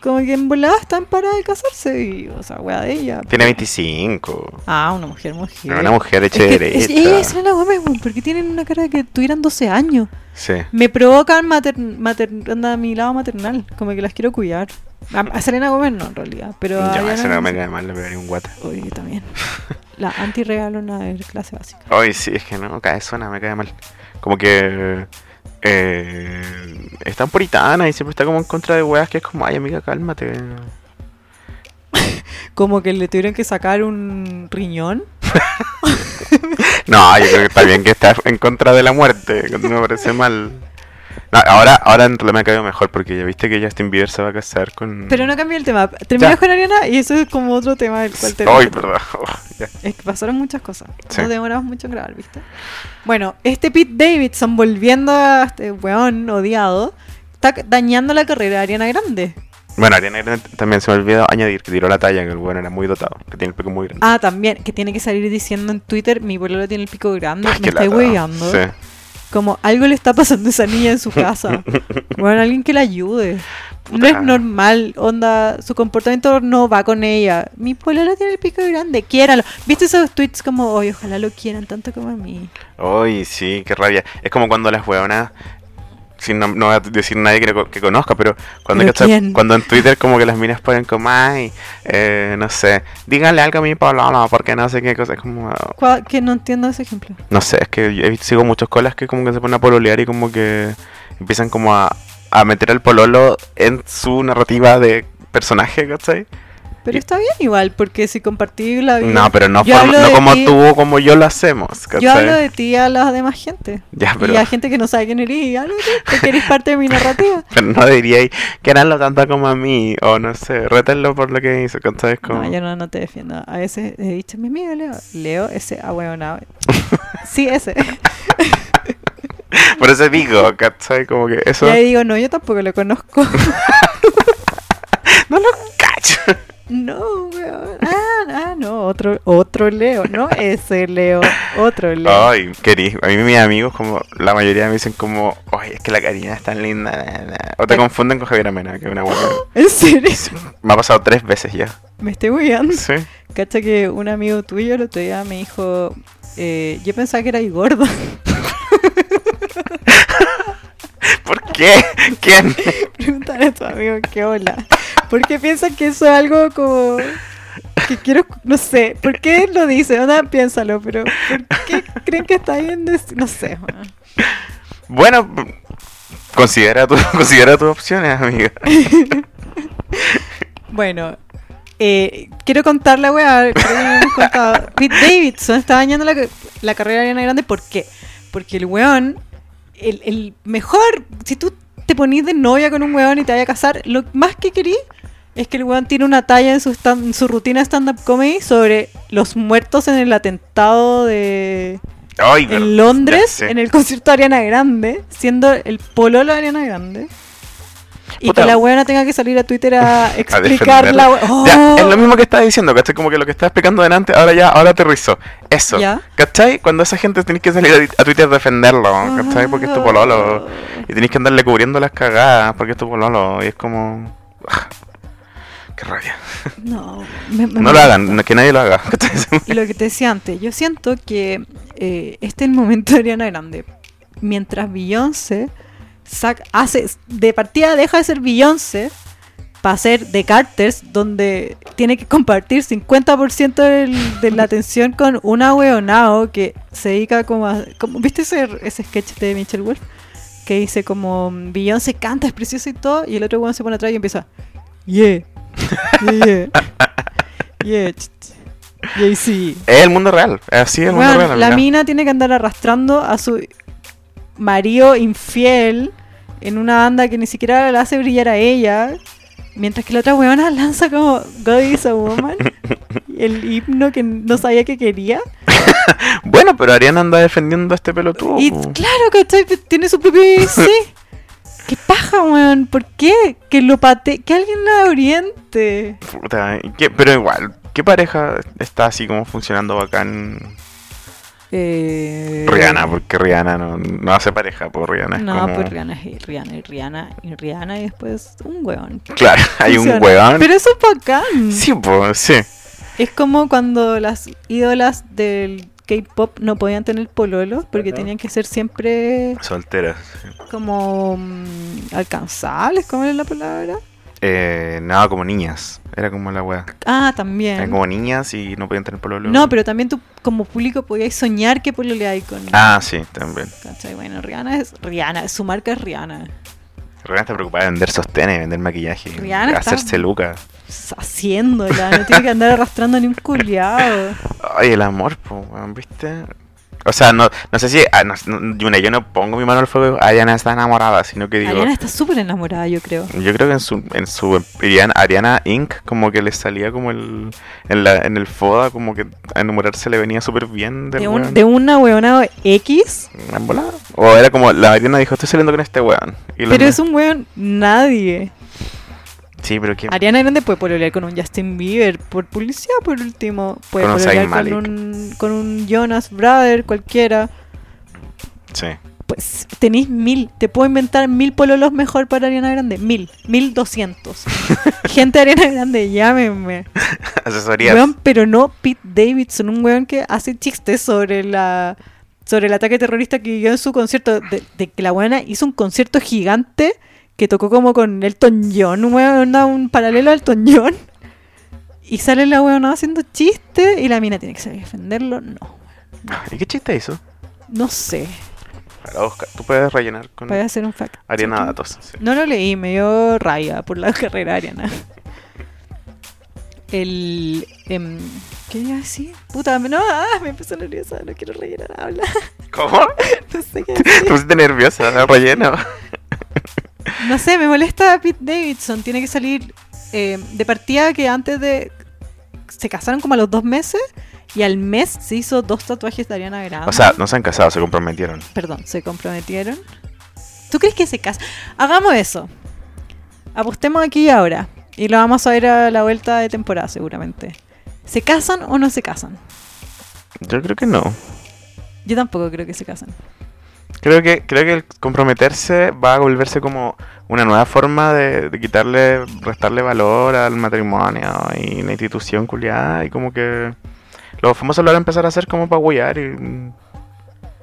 Speaker 1: Como que en volada están para de casarse y, o sea, weá de ella.
Speaker 2: Tiene 25.
Speaker 1: Ah, una mujer, mujer.
Speaker 2: Pero Una mujer
Speaker 1: Es
Speaker 2: hecha
Speaker 1: que-
Speaker 2: de
Speaker 1: es-
Speaker 2: derecha.
Speaker 1: ella es Selena Gómez, weón, porque tienen una cara de que tuvieran 12 años.
Speaker 2: Sí.
Speaker 1: Me provocan mater, mater, anda a mi lado maternal, como que las quiero cuidar. A, a Selena Gómez no, en realidad, pero a
Speaker 2: Ya,
Speaker 1: Ariana
Speaker 2: ese no me
Speaker 1: Grande-
Speaker 2: cae mal, le pegaría un guata.
Speaker 1: Uy, yo también. La anti-regalona de clase básica.
Speaker 2: Ay, sí, es que no, cae suena, me cae mal. Como que. Eh, es tan puritana y siempre está como en contra de weas que es como, ay amiga, cálmate.
Speaker 1: Como que le tuvieron que sacar un riñón.
Speaker 2: No, yo creo que está bien que está en contra de la muerte. No me parece mal. No, ahora, ahora en realidad me ha caído mejor porque ya viste que Justin Bieber se va a casar con.
Speaker 1: Pero no cambié el tema. Terminas
Speaker 2: Ya.
Speaker 1: con Ariana y eso es como otro tema del cual te
Speaker 2: Ay, perdón. Oh, Ya.
Speaker 1: Es que pasaron muchas cosas.
Speaker 2: Sí.
Speaker 1: No demoramos mucho en grabar, ¿viste? Bueno, este Pete Davidson, volviendo a este weón odiado, está dañando la carrera de Ariana Grande.
Speaker 2: Bueno, Ariana Grande también se me olvidó añadir que tiró la talla, que el weón era muy dotado, que tiene el pico muy grande.
Speaker 1: Ah, también, que tiene que salir diciendo en Twitter, mi pololo tiene el pico grande,
Speaker 2: Ay,
Speaker 1: me
Speaker 2: qué
Speaker 1: está
Speaker 2: lata.
Speaker 1: hueveando.
Speaker 2: Sí.
Speaker 1: Como algo le está pasando a esa niña en su casa. bueno, alguien que la ayude. No
Speaker 2: Puta.
Speaker 1: es normal, onda, su comportamiento no va con ella. Mi pololo tiene el pico grande, quiéralo. ¿Viste esos tweets como, hoy ojalá lo quieran tanto como a mí?
Speaker 2: Ay, sí, qué rabia. Es como cuando las hueonas, sin nom- no voy a decir nadie que, lo co- que conozca, pero cuando,
Speaker 1: ¿Pero
Speaker 2: ¿cachai?
Speaker 1: quién?
Speaker 2: cuando en Twitter como que las minas ponen como, ay, eh, no sé, díganle algo a mi Paloma, porque no sé qué cosa, es como,
Speaker 1: ¿Cuál- Que no entiendo ese ejemplo.
Speaker 2: no sé, es que yo he visto- sigo muchos colas que como que se ponen a pololear y como que empiezan como a, a meter al pololo en su narrativa de personaje, ¿cachai?
Speaker 1: Pero
Speaker 2: Y-
Speaker 1: está bien igual, porque si compartí la vida...
Speaker 2: No, pero no,
Speaker 1: Yo
Speaker 2: forma-
Speaker 1: hablo
Speaker 2: no
Speaker 1: de
Speaker 2: como
Speaker 1: ti-
Speaker 2: tú o como yo lo hacemos, ¿cachai?
Speaker 1: Yo hablo de ti a la demás gente.
Speaker 2: Ya, pero...
Speaker 1: Y a gente que no sabe quién eres, y hablo de ti, porque eres parte de mi narrativa.
Speaker 2: Pero no diría que eran lo tanto como a mí, o no sé, rétenlo por lo que hizo, ¿sabes? Como...
Speaker 1: No, yo no, no te defiendo. A veces he dicho, mi amigo Leo, Leo, ese ahueonado. sí, ese.
Speaker 2: Por eso digo, ¿cachai? Como que eso...
Speaker 1: Y ahí digo, no, yo tampoco lo conozco.
Speaker 2: No lo cacho.
Speaker 1: no, weón. Ah, ah, no, otro, otro Leo. No ese Leo, otro Leo.
Speaker 2: Ay, querido. A mí mis amigos, como la mayoría me dicen como, ay, es que la Karina es tan linda. na, na". O te
Speaker 1: Pero-
Speaker 2: confunden con Javier Amena, que es una buena.
Speaker 1: ¿En serio?
Speaker 2: Me ha pasado tres veces ya.
Speaker 1: Me estoy guiando.
Speaker 2: Sí.
Speaker 1: Cacha que un amigo tuyo el otro día me dijo, eh, yo pensaba que era gordo.
Speaker 2: ¿Por qué? ¿Quién?
Speaker 1: Preguntar a tu amigo, qué hola. ¿Por qué piensan que eso es algo como que quiero, no sé, ¿por qué lo dice? Onda, piénsalo, pero ¿por qué creen que está bien decir? No sé, weón.
Speaker 2: Bueno, considera, tu, considera tus opciones, amiga.
Speaker 1: Bueno, eh, quiero contar la weá, creo que no hemos contado. Pete Davidson está dañando la, la carrera de Ariana Grande, ¿por qué? Porque el weón, el, el mejor, si tú te ponís de novia con un weón y te vayas a casar, lo más que querís es que el weón tiene una talla en su, stand- en su rutina de stand-up comedy sobre los muertos en el atentado de
Speaker 2: Ay, pero-
Speaker 1: en Londres,
Speaker 2: Ya, sí.
Speaker 1: en el concierto de Ariana Grande, siendo el pololo de Ariana Grande. Y
Speaker 2: Puta.
Speaker 1: que la buena tenga que salir a Twitter a explicar
Speaker 2: defenderla.
Speaker 1: la hue- ¡Oh!
Speaker 2: Ya, es lo mismo que estaba diciendo, ¿cachai? Como que lo que estaba explicando delante, ahora ya, ahora aterrizó. Eso.
Speaker 1: Ya.
Speaker 2: ¿Cachai? Cuando esa gente tenés que salir a- a Twitter a defenderlo, ¿cachai? Porque es tu pololo. Y tenés que andarle cubriendo las cagadas, porque es tu pololo. Y es como. ah, Qué rabia.
Speaker 1: No, me- me-
Speaker 2: No lo hagan, no- que nadie lo haga. ¿cachai?
Speaker 1: Y lo que te decía antes, yo siento que eh, este es el momento de Ariana Grande. Mientras Beyoncé sac- hace, de partida deja de ser Beyoncé para ser The Carters, donde tiene que compartir 50% del- de la atención con una weonao que se dedica como a... Como, ¿Viste ese, ese sketch de Michelle Wolf? Que dice como Beyoncé canta, es preciosa y todo, y el otro weón se pone atrás y empieza... Yeah, yeah, yeah, yeah, ch- ch- yeah, sí.
Speaker 2: Es el mundo real. Así es el mundo
Speaker 1: Weón,
Speaker 2: real.
Speaker 1: la
Speaker 2: amiga.
Speaker 1: mina tiene que andar arrastrando a su marido infiel en una banda que ni siquiera la hace brillar a ella, mientras que la otra weona lanza como God is a Woman, el himno que no sabía que quería.
Speaker 2: bueno, pero Ariana anda defendiendo a este pelotudo.
Speaker 1: Y claro, ¿cachai? Tiene su propio sí. ¿Qué paja, weón? ¿Por qué? Que lo pate... Que alguien la oriente.
Speaker 2: Puta, ¿y qué? pero igual, ¿qué pareja está así como funcionando bacán?
Speaker 1: Eh,
Speaker 2: Rihanna, porque Rihanna no, no hace pareja, por Rihanna es
Speaker 1: No,
Speaker 2: como...
Speaker 1: pues Rihanna es y Rihanna y Rihanna y Rihanna y después un weón.
Speaker 2: Claro, hay un
Speaker 1: Funciona.
Speaker 2: weón.
Speaker 1: Pero eso es bacán.
Speaker 2: Sí, pues, sí.
Speaker 1: Es como cuando las ídolas del K-pop no podían tener pololos porque tenían que ser siempre
Speaker 2: Solteras.
Speaker 1: como mm, alcanzables, ¿cómo es la palabra?
Speaker 2: Eh, nada, como niñas. Era como la weá.
Speaker 1: Ah,
Speaker 2: Eran
Speaker 1: también.
Speaker 2: como niñas y no podían tener pololo.
Speaker 1: No, pero también tú como público podías soñar que pololeáis con.
Speaker 2: Ah, sí, también.
Speaker 1: ¿Cachai? Bueno, Rihanna es Rihanna, su marca es Rihanna.
Speaker 2: Rihanna está preocupada de vender sostenes, vender maquillaje,
Speaker 1: Rihanna está-
Speaker 2: hacerse lucas.
Speaker 1: S- Haciéndola, no tiene que andar arrastrando ni un culiado.
Speaker 2: Ay, el amor, po, weón, ¿viste? O sea, no, no sé si. ah, no- no- yo, mira, yo no pongo mi mano al fuego. Ariana está enamorada, sino que digo.
Speaker 1: Ariana está súper enamorada, yo creo.
Speaker 2: Yo creo que en su. En su Ariana, Ariana Inc., como que le salía como el. En, la, en el FODA, como que a enamorarse le venía súper bien. del
Speaker 1: De, un-
Speaker 2: weón.
Speaker 1: de una weona X,
Speaker 2: En volada. O era como. La Ariana dijo: Estoy saliendo con este weón. Y la
Speaker 1: pero
Speaker 2: mina-
Speaker 1: es un weón nadie.
Speaker 2: Sí, pero que.
Speaker 1: Ariana Grande puede pololear con un Justin Bieber por publicidad, por último. Puede
Speaker 2: Con un
Speaker 1: pololear con
Speaker 2: Zayn Malik.
Speaker 1: un, con un Jonas Brother, cualquiera.
Speaker 2: Sí.
Speaker 1: Pues tenéis mil, te puedo inventar mil pololos mejor para Ariana Grande. Mil, mil doscientos. Gente de Ariana Grande, llámenme.
Speaker 2: Asesorías.
Speaker 1: Weón, pero no Pete Davidson, un weón que hace chistes sobre la sobre el ataque terrorista que vivió en su concierto, de, de que la buena hizo un concierto gigante que tocó como con Elton John, un weón, onda, un paralelo a Elton John. Y sale la weona haciendo chistes y la mina tiene que salir a defenderlo. No,
Speaker 2: ¿Y qué chiste hizo?
Speaker 1: no sé.
Speaker 2: Para Oscar, tú puedes rellenar con
Speaker 1: Voy a hacer un fact.
Speaker 2: Ariana
Speaker 1: checking.
Speaker 2: Datos. sí.
Speaker 1: No lo leí, me dio raya por la carrera de Ariana. El. em, ¿Qué iba a decir? Puta, no, ah, me empezó nerviosa, no quiero rellenar, habla.
Speaker 2: ¿Cómo?
Speaker 1: No sé qué
Speaker 2: Te
Speaker 1: decir.
Speaker 2: pusiste nerviosa, ¿no? relleno.
Speaker 1: No sé, me molesta Pete Davidson, tiene que salir em, de partida que antes de. Se casaron como a los dos meses y al mes se hizo dos tatuajes de Ariana Grande.
Speaker 2: O sea, no se han casado, se comprometieron.
Speaker 1: Perdón, se comprometieron. ¿Tú crees que se casan? Hagamos eso. Apostemos aquí y ahora. Y lo vamos a ver a la vuelta de temporada, seguramente. ¿Se casan o no se casan?
Speaker 2: Yo creo que no.
Speaker 1: Yo tampoco creo que se casan.
Speaker 2: Creo que, creo que el comprometerse va a volverse como una nueva forma de, de quitarle, restarle valor al matrimonio y la institución culiada y como que los famosos lo van a empezar a hacer como para huear y mm,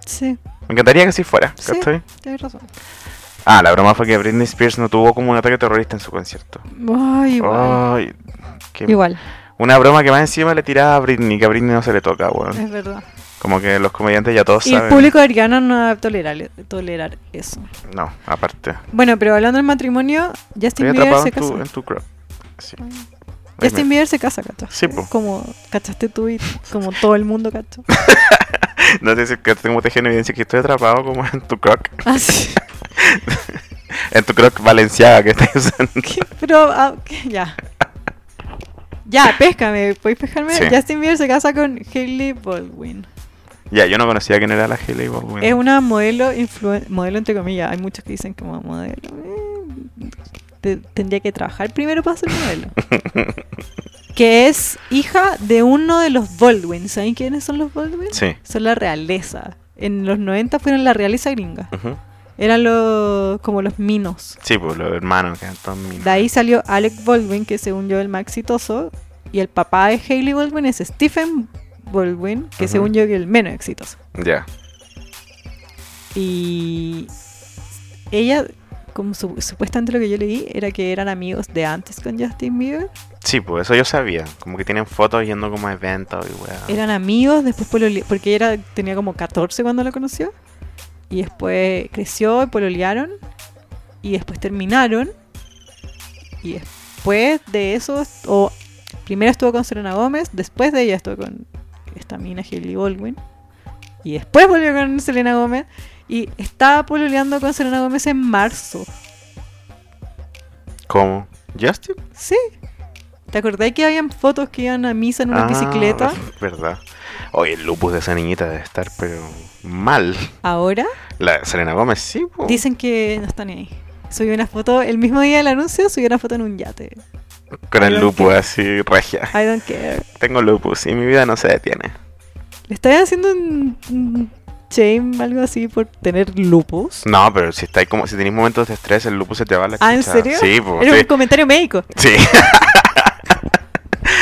Speaker 1: Sí,
Speaker 2: me encantaría que así fuera,
Speaker 1: Sí.
Speaker 2: ¿cachai?
Speaker 1: tienes razón.
Speaker 2: Ah, la broma fue que Britney Spears no tuvo como un ataque terrorista en su concierto.
Speaker 1: Ay, igual.
Speaker 2: Ay, Ah, qué-
Speaker 1: Igual,
Speaker 2: Una broma que más encima le tiraba a Britney, que a Britney no se le toca, weón.
Speaker 1: es verdad.
Speaker 2: Como que los comediantes ya todos
Speaker 1: Eh. Y el
Speaker 2: saben.
Speaker 1: público ariano no va a tolerar, tolerar eso.
Speaker 2: No, aparte.
Speaker 1: Bueno, pero hablando del matrimonio, Justin
Speaker 2: Estoy
Speaker 1: Bieber
Speaker 2: atrapado
Speaker 1: se
Speaker 2: en
Speaker 1: casa.
Speaker 2: tu, en tu crop. Sí.
Speaker 1: Ah.
Speaker 2: Ahí
Speaker 1: Justin
Speaker 2: me-
Speaker 1: Bieber se casa, ¿cachai?
Speaker 2: Sí, po.
Speaker 1: Como cachaste tú y como todo el mundo cachó.
Speaker 2: No sé si es que tengo que dejar en evidencia que estoy atrapado como en tu croc.
Speaker 1: Así.
Speaker 2: En tu croc valenciaga que estás usando.
Speaker 1: ¿Qué? Pero, ah, ¿qué? ya. Ya, péscame, ¿podéis pescarme?
Speaker 2: Sí.
Speaker 1: Justin Bieber se casa con Hailey Baldwin.
Speaker 2: ya, yo no conocía quién era la Haley Baldwin.
Speaker 1: Es una modelo, influen- modelo entre comillas. Hay muchos que dicen como modelo. eh, te- tendría que trabajar primero para ser modelo. que es hija de uno de los Baldwin. ¿Saben quiénes son los Baldwin?
Speaker 2: Sí.
Speaker 1: Son la realeza. En los 90 fueron la realeza gringa.
Speaker 2: Ujú.
Speaker 1: Eran los, como los minos.
Speaker 2: Sí, pues los hermanos que eran todos minos.
Speaker 1: De ahí salió Alec Baldwin, que según yo es el más exitoso, y el papá de Hailey Baldwin es Stephen Baldwin, que
Speaker 2: Ujú.
Speaker 1: según yo es el menos exitoso.
Speaker 2: Ya.
Speaker 1: Y ella, como su- supuestamente lo que yo leí, era que eran amigos de antes con Justin Bieber.
Speaker 2: Sí, pues eso yo sabía. Como que tienen fotos yendo como a eventos y weá.
Speaker 1: Eran amigos, después polole- porque ella era- tenía como 14 cuando la conoció, y después creció y pololearon, y después terminaron, y después de eso, o primero estuvo con Serena Gómez, después de ella estuvo con esta mina Hailey Baldwin, y después volvió con Selena Gómez, Y estaba pololeando con Selena Gómez en marzo.
Speaker 2: ¿Cómo? ¿Justin?
Speaker 1: Sí. ¿Te acordás que habían fotos que iban a misa en una
Speaker 2: Ah,
Speaker 1: bicicleta?
Speaker 2: Verdad. Oye, el lupus de esa niñita debe estar, pero mal.
Speaker 1: Ahora
Speaker 2: La Selena Gómez, sí. po.
Speaker 1: dicen que no están ahí. Subí una foto, el mismo día del anuncio, subí una foto en un yate.
Speaker 2: Con el
Speaker 1: Creo
Speaker 2: lupus
Speaker 1: que-
Speaker 2: así, regia.
Speaker 1: I don't care.
Speaker 2: Tengo lupus y mi vida no se detiene.
Speaker 1: ¿Le estáis haciendo un, un shame, algo así, por tener lupus?
Speaker 2: No, pero si estáis como, si tenéis momentos de estrés, el lupus se te va a la
Speaker 1: Ah, ¿en
Speaker 2: chucha.
Speaker 1: serio?
Speaker 2: Sí, po,
Speaker 1: Era
Speaker 2: sí.
Speaker 1: un comentario médico.
Speaker 2: Sí.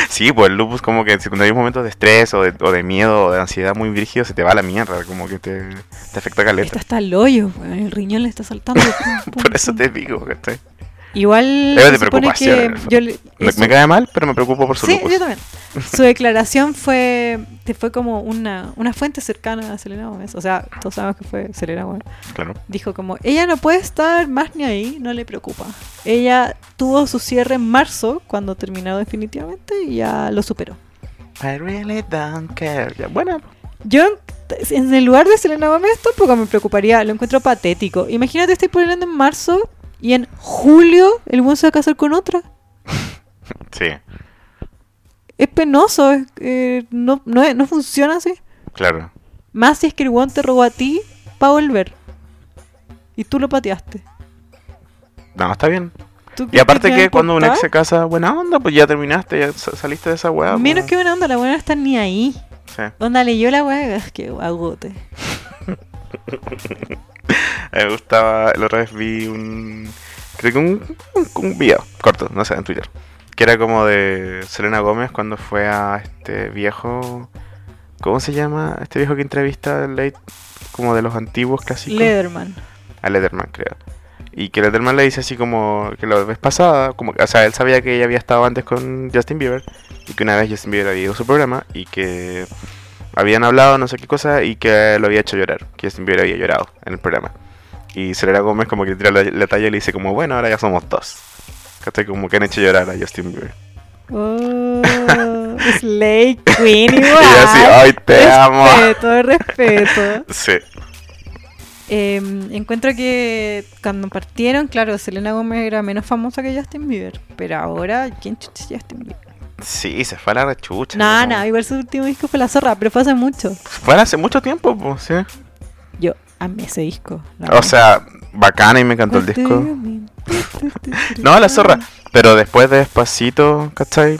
Speaker 2: Sí, pues el lupus como que si tenéis momentos de estrés o de, o de miedo o de ansiedad muy brígido se te va a la mierda, como que te, te afecta
Speaker 1: Esto
Speaker 2: caleta.
Speaker 1: está al hoyo, weón, el riñón le está saltando. pum, pum,
Speaker 2: Por eso
Speaker 1: pum.
Speaker 2: te digo que estoy...
Speaker 1: Igual
Speaker 2: Es de
Speaker 1: se supone
Speaker 2: preocupación, en
Speaker 1: que
Speaker 2: el fondo.
Speaker 1: yo le-
Speaker 2: Me,
Speaker 1: su-
Speaker 2: me cae mal, pero me preocupo por su
Speaker 1: Sí,
Speaker 2: lupus.
Speaker 1: yo también. Su declaración fue te fue como una, una fuente cercana a Selena Gómez. O sea, todos sabemos que fue Selena Gómez.
Speaker 2: Claro.
Speaker 1: Dijo como, ella no puede estar más ni ahí, no le preocupa. Ella tuvo su cierre en marzo, cuando terminó definitivamente, y ya lo superó.
Speaker 2: I really don't care. Ya, bueno,
Speaker 1: Yo en- en el lugar de Selena Gómez tampoco me preocuparía, lo encuentro patético. Imagínate, estoy poniendo en marzo y en julio el buen se va a casar con otra.
Speaker 2: sí,
Speaker 1: Es penoso, es- eh, no, no, es- no funciona así.
Speaker 2: claro.
Speaker 1: Más si es que el guante te robó a ti para volver. Y tú lo pateaste.
Speaker 2: No, está bien.
Speaker 1: ¿Tú
Speaker 2: Y
Speaker 1: crees
Speaker 2: aparte
Speaker 1: te
Speaker 2: que,
Speaker 1: va a
Speaker 2: cuando un ex
Speaker 1: importar?
Speaker 2: se casa, buena onda, pues ya terminaste, ya sa- saliste de esa weá.
Speaker 1: Menos que
Speaker 2: pues.
Speaker 1: buena onda, la buena no está ni ahí.
Speaker 2: Sí.
Speaker 1: Onda leyó la weá, es que agote.
Speaker 2: Me Eh, gustaba, la otra vez vi un. Creo que un, un, un video corto, no sé, en Twitter. Que era como de Selena Gómez cuando fue a este viejo. ¿Cómo se llama? Este viejo que entrevista al late, como de los antiguos clásicos.
Speaker 1: Lederman.
Speaker 2: a Letterman, creo. Y que Letterman le dice así como que la vez pasada, como, o sea, él sabía que ella había estado antes con Justin Bieber y que una vez Justin Bieber había ido a su programa y que habían hablado no sé qué cosa y que lo había hecho llorar, que Justin Bieber había llorado en el programa. Y Selena Gómez como que le tira la, la talla y le dice como, bueno, ahora ya somos dos. Hasta como que han hecho llorar a Justin Bieber.
Speaker 1: Oh, Slay Queen
Speaker 2: Y
Speaker 1: igual.
Speaker 2: yo así, ay, te amo.
Speaker 1: respeto, respeto.
Speaker 2: Sí,
Speaker 1: Eh, encuentro que cuando partieron, claro, Selena Gómez era menos famosa que Justin Bieber. Pero ahora, ¿quién chucha es Justin Bieber?
Speaker 2: sí, se fue a la rechucha.
Speaker 1: Nada,
Speaker 2: ¿no?
Speaker 1: nada, igual su último disco fue La Zorra, pero fue hace mucho.
Speaker 2: Fue hace mucho tiempo, pues, sí.
Speaker 1: Yo amé ese disco. la
Speaker 2: O
Speaker 1: verdad.
Speaker 2: sea, bacana y me encantó el
Speaker 1: What do
Speaker 2: disco.
Speaker 1: you mean?
Speaker 2: No, la zorra.
Speaker 1: Ah.
Speaker 2: Pero después de Despacito, ¿cachai?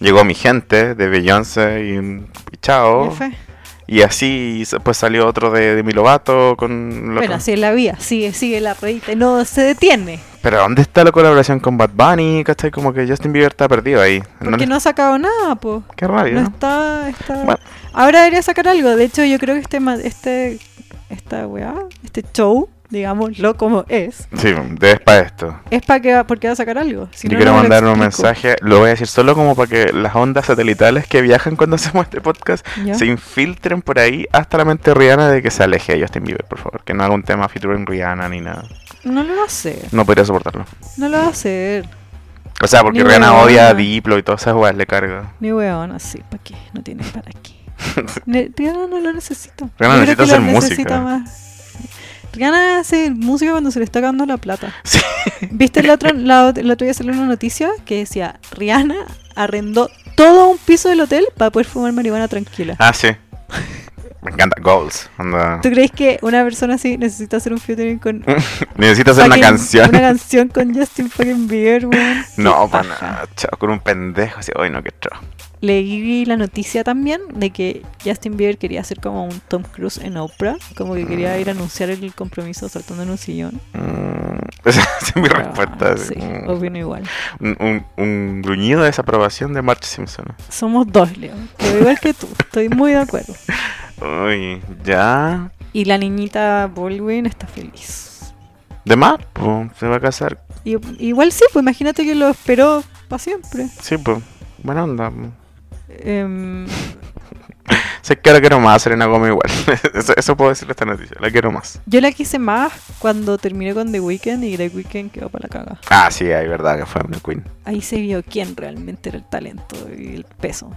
Speaker 2: Llegó mi gente de Beyoncé y, y
Speaker 1: Ya
Speaker 2: chao.
Speaker 1: fue.
Speaker 2: Y así s- pues salió otro de, de mi Lovato con... lo-
Speaker 1: Bueno, así es la vía, sigue, sigue la reita, no se detiene.
Speaker 2: Pero ¿dónde está la colaboración con Bad Bunny? ¿Cachai? Como que Justin Bieber está perdido ahí. No
Speaker 1: Porque
Speaker 2: le-
Speaker 1: no ha sacado nada, po.
Speaker 2: Qué rabia,
Speaker 1: No
Speaker 2: ¿no?
Speaker 1: está, está...
Speaker 2: Bueno.
Speaker 1: Ahora debería sacar algo. De hecho, yo creo que este, ma- este, esta weá, este show, digámoslo como es,
Speaker 2: Sí, debes para esto.
Speaker 1: es para que, va- porque va a sacar algo. Si
Speaker 2: Yo
Speaker 1: no,
Speaker 2: quiero
Speaker 1: no me lo
Speaker 2: mandar un
Speaker 1: explico.
Speaker 2: mensaje, lo voy a decir solo como para que las ondas satelitales que viajan cuando hacemos este podcast
Speaker 1: ¿Ya?
Speaker 2: se infiltren por ahí hasta la mente de Rihanna de que se aleje de Justin Bieber, por favor. Que no haga un tema featuring Rihanna ni nada.
Speaker 1: No lo va a hacer,
Speaker 2: No podría soportarlo.
Speaker 1: no lo va a hacer.
Speaker 2: O sea, porque
Speaker 1: Ni
Speaker 2: Rihanna
Speaker 1: huevona.
Speaker 2: odia a Diplo y todas esas weas le carga.
Speaker 1: Ni weón, así, ¿para qué? No tiene para qué. Ne- Rihanna no lo necesito.
Speaker 2: Rihanna
Speaker 1: Yo creo que
Speaker 2: necesita
Speaker 1: lo
Speaker 2: hacer música.
Speaker 1: necesita más. Rihanna hace música cuando se le está acabando la plata.
Speaker 2: Sí.
Speaker 1: ¿Viste la otra, la, ot- el otro día salió una noticia que decía Rihanna arrendó todo un piso del hotel para poder fumar marihuana tranquila?
Speaker 2: Ah, sí. Me encanta. Goals. Anda.
Speaker 1: ¿Tú crees que una persona así necesita hacer un featuring con
Speaker 2: Necesito hacer una
Speaker 1: fucking-
Speaker 2: canción.
Speaker 1: Una canción con Justin fucking Bieber, weón? Qué
Speaker 2: No,
Speaker 1: paja.
Speaker 2: pana. Chao, con un pendejo así. Ay, no, qué chao.
Speaker 1: Leí la noticia también de que Justin Bieber quería hacer como un Tom Cruise en Oprah, como que quería ir a anunciar el compromiso saltando en un sillón.
Speaker 2: Mm, Esa es mi
Speaker 1: Pero,
Speaker 2: respuesta. así.
Speaker 1: Ah, sí,
Speaker 2: Mm.
Speaker 1: opino igual.
Speaker 2: Un, un, un gruñido de desaprobación de Marge Simpson.
Speaker 1: Somos dos, Leo. Pero igual que tú, estoy muy de acuerdo.
Speaker 2: Uy, ya.
Speaker 1: Y la niñita Baldwin está feliz.
Speaker 2: De más, po, se va a casar.
Speaker 1: Y- igual sí, pues imagínate que lo esperó para siempre.
Speaker 2: Sí, pues. Buena onda. po.
Speaker 1: Em,
Speaker 2: Sé que ahora quiero más a Selena Gómez igual. eso, eso puedo decirle esta noticia. La quiero más.
Speaker 1: yo la quise más cuando terminé con The Weeknd y The Weeknd quedó para la caga.
Speaker 2: Ah, sí, es verdad que fue una queen.
Speaker 1: Ahí se vio quién realmente era el talento y el peso.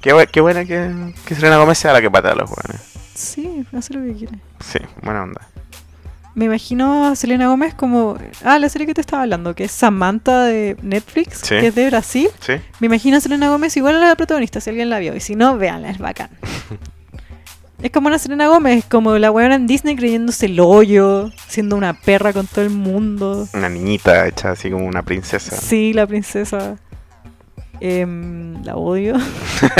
Speaker 2: Qué, bu- qué buena que, que Serena Gómez sea la que patea a los jóvenes.
Speaker 1: Sí, hace lo que quiere.
Speaker 2: Sí, buena onda.
Speaker 1: Me imagino a Selena Gómez como. Ah, la serie que te estaba hablando, que es Samantha de Netflix,
Speaker 2: Sí.
Speaker 1: que es de Brasil.
Speaker 2: Sí,
Speaker 1: Me imagino a Selena Gómez igual a la protagonista, si alguien la vio. Y si no, véanla, es bacán. es como una Selena Gómez, como la weona en Disney creyéndose el hoyo, siendo una perra con todo el mundo.
Speaker 2: una niñita hecha así como una princesa.
Speaker 1: Sí, la princesa. Em, la odio. un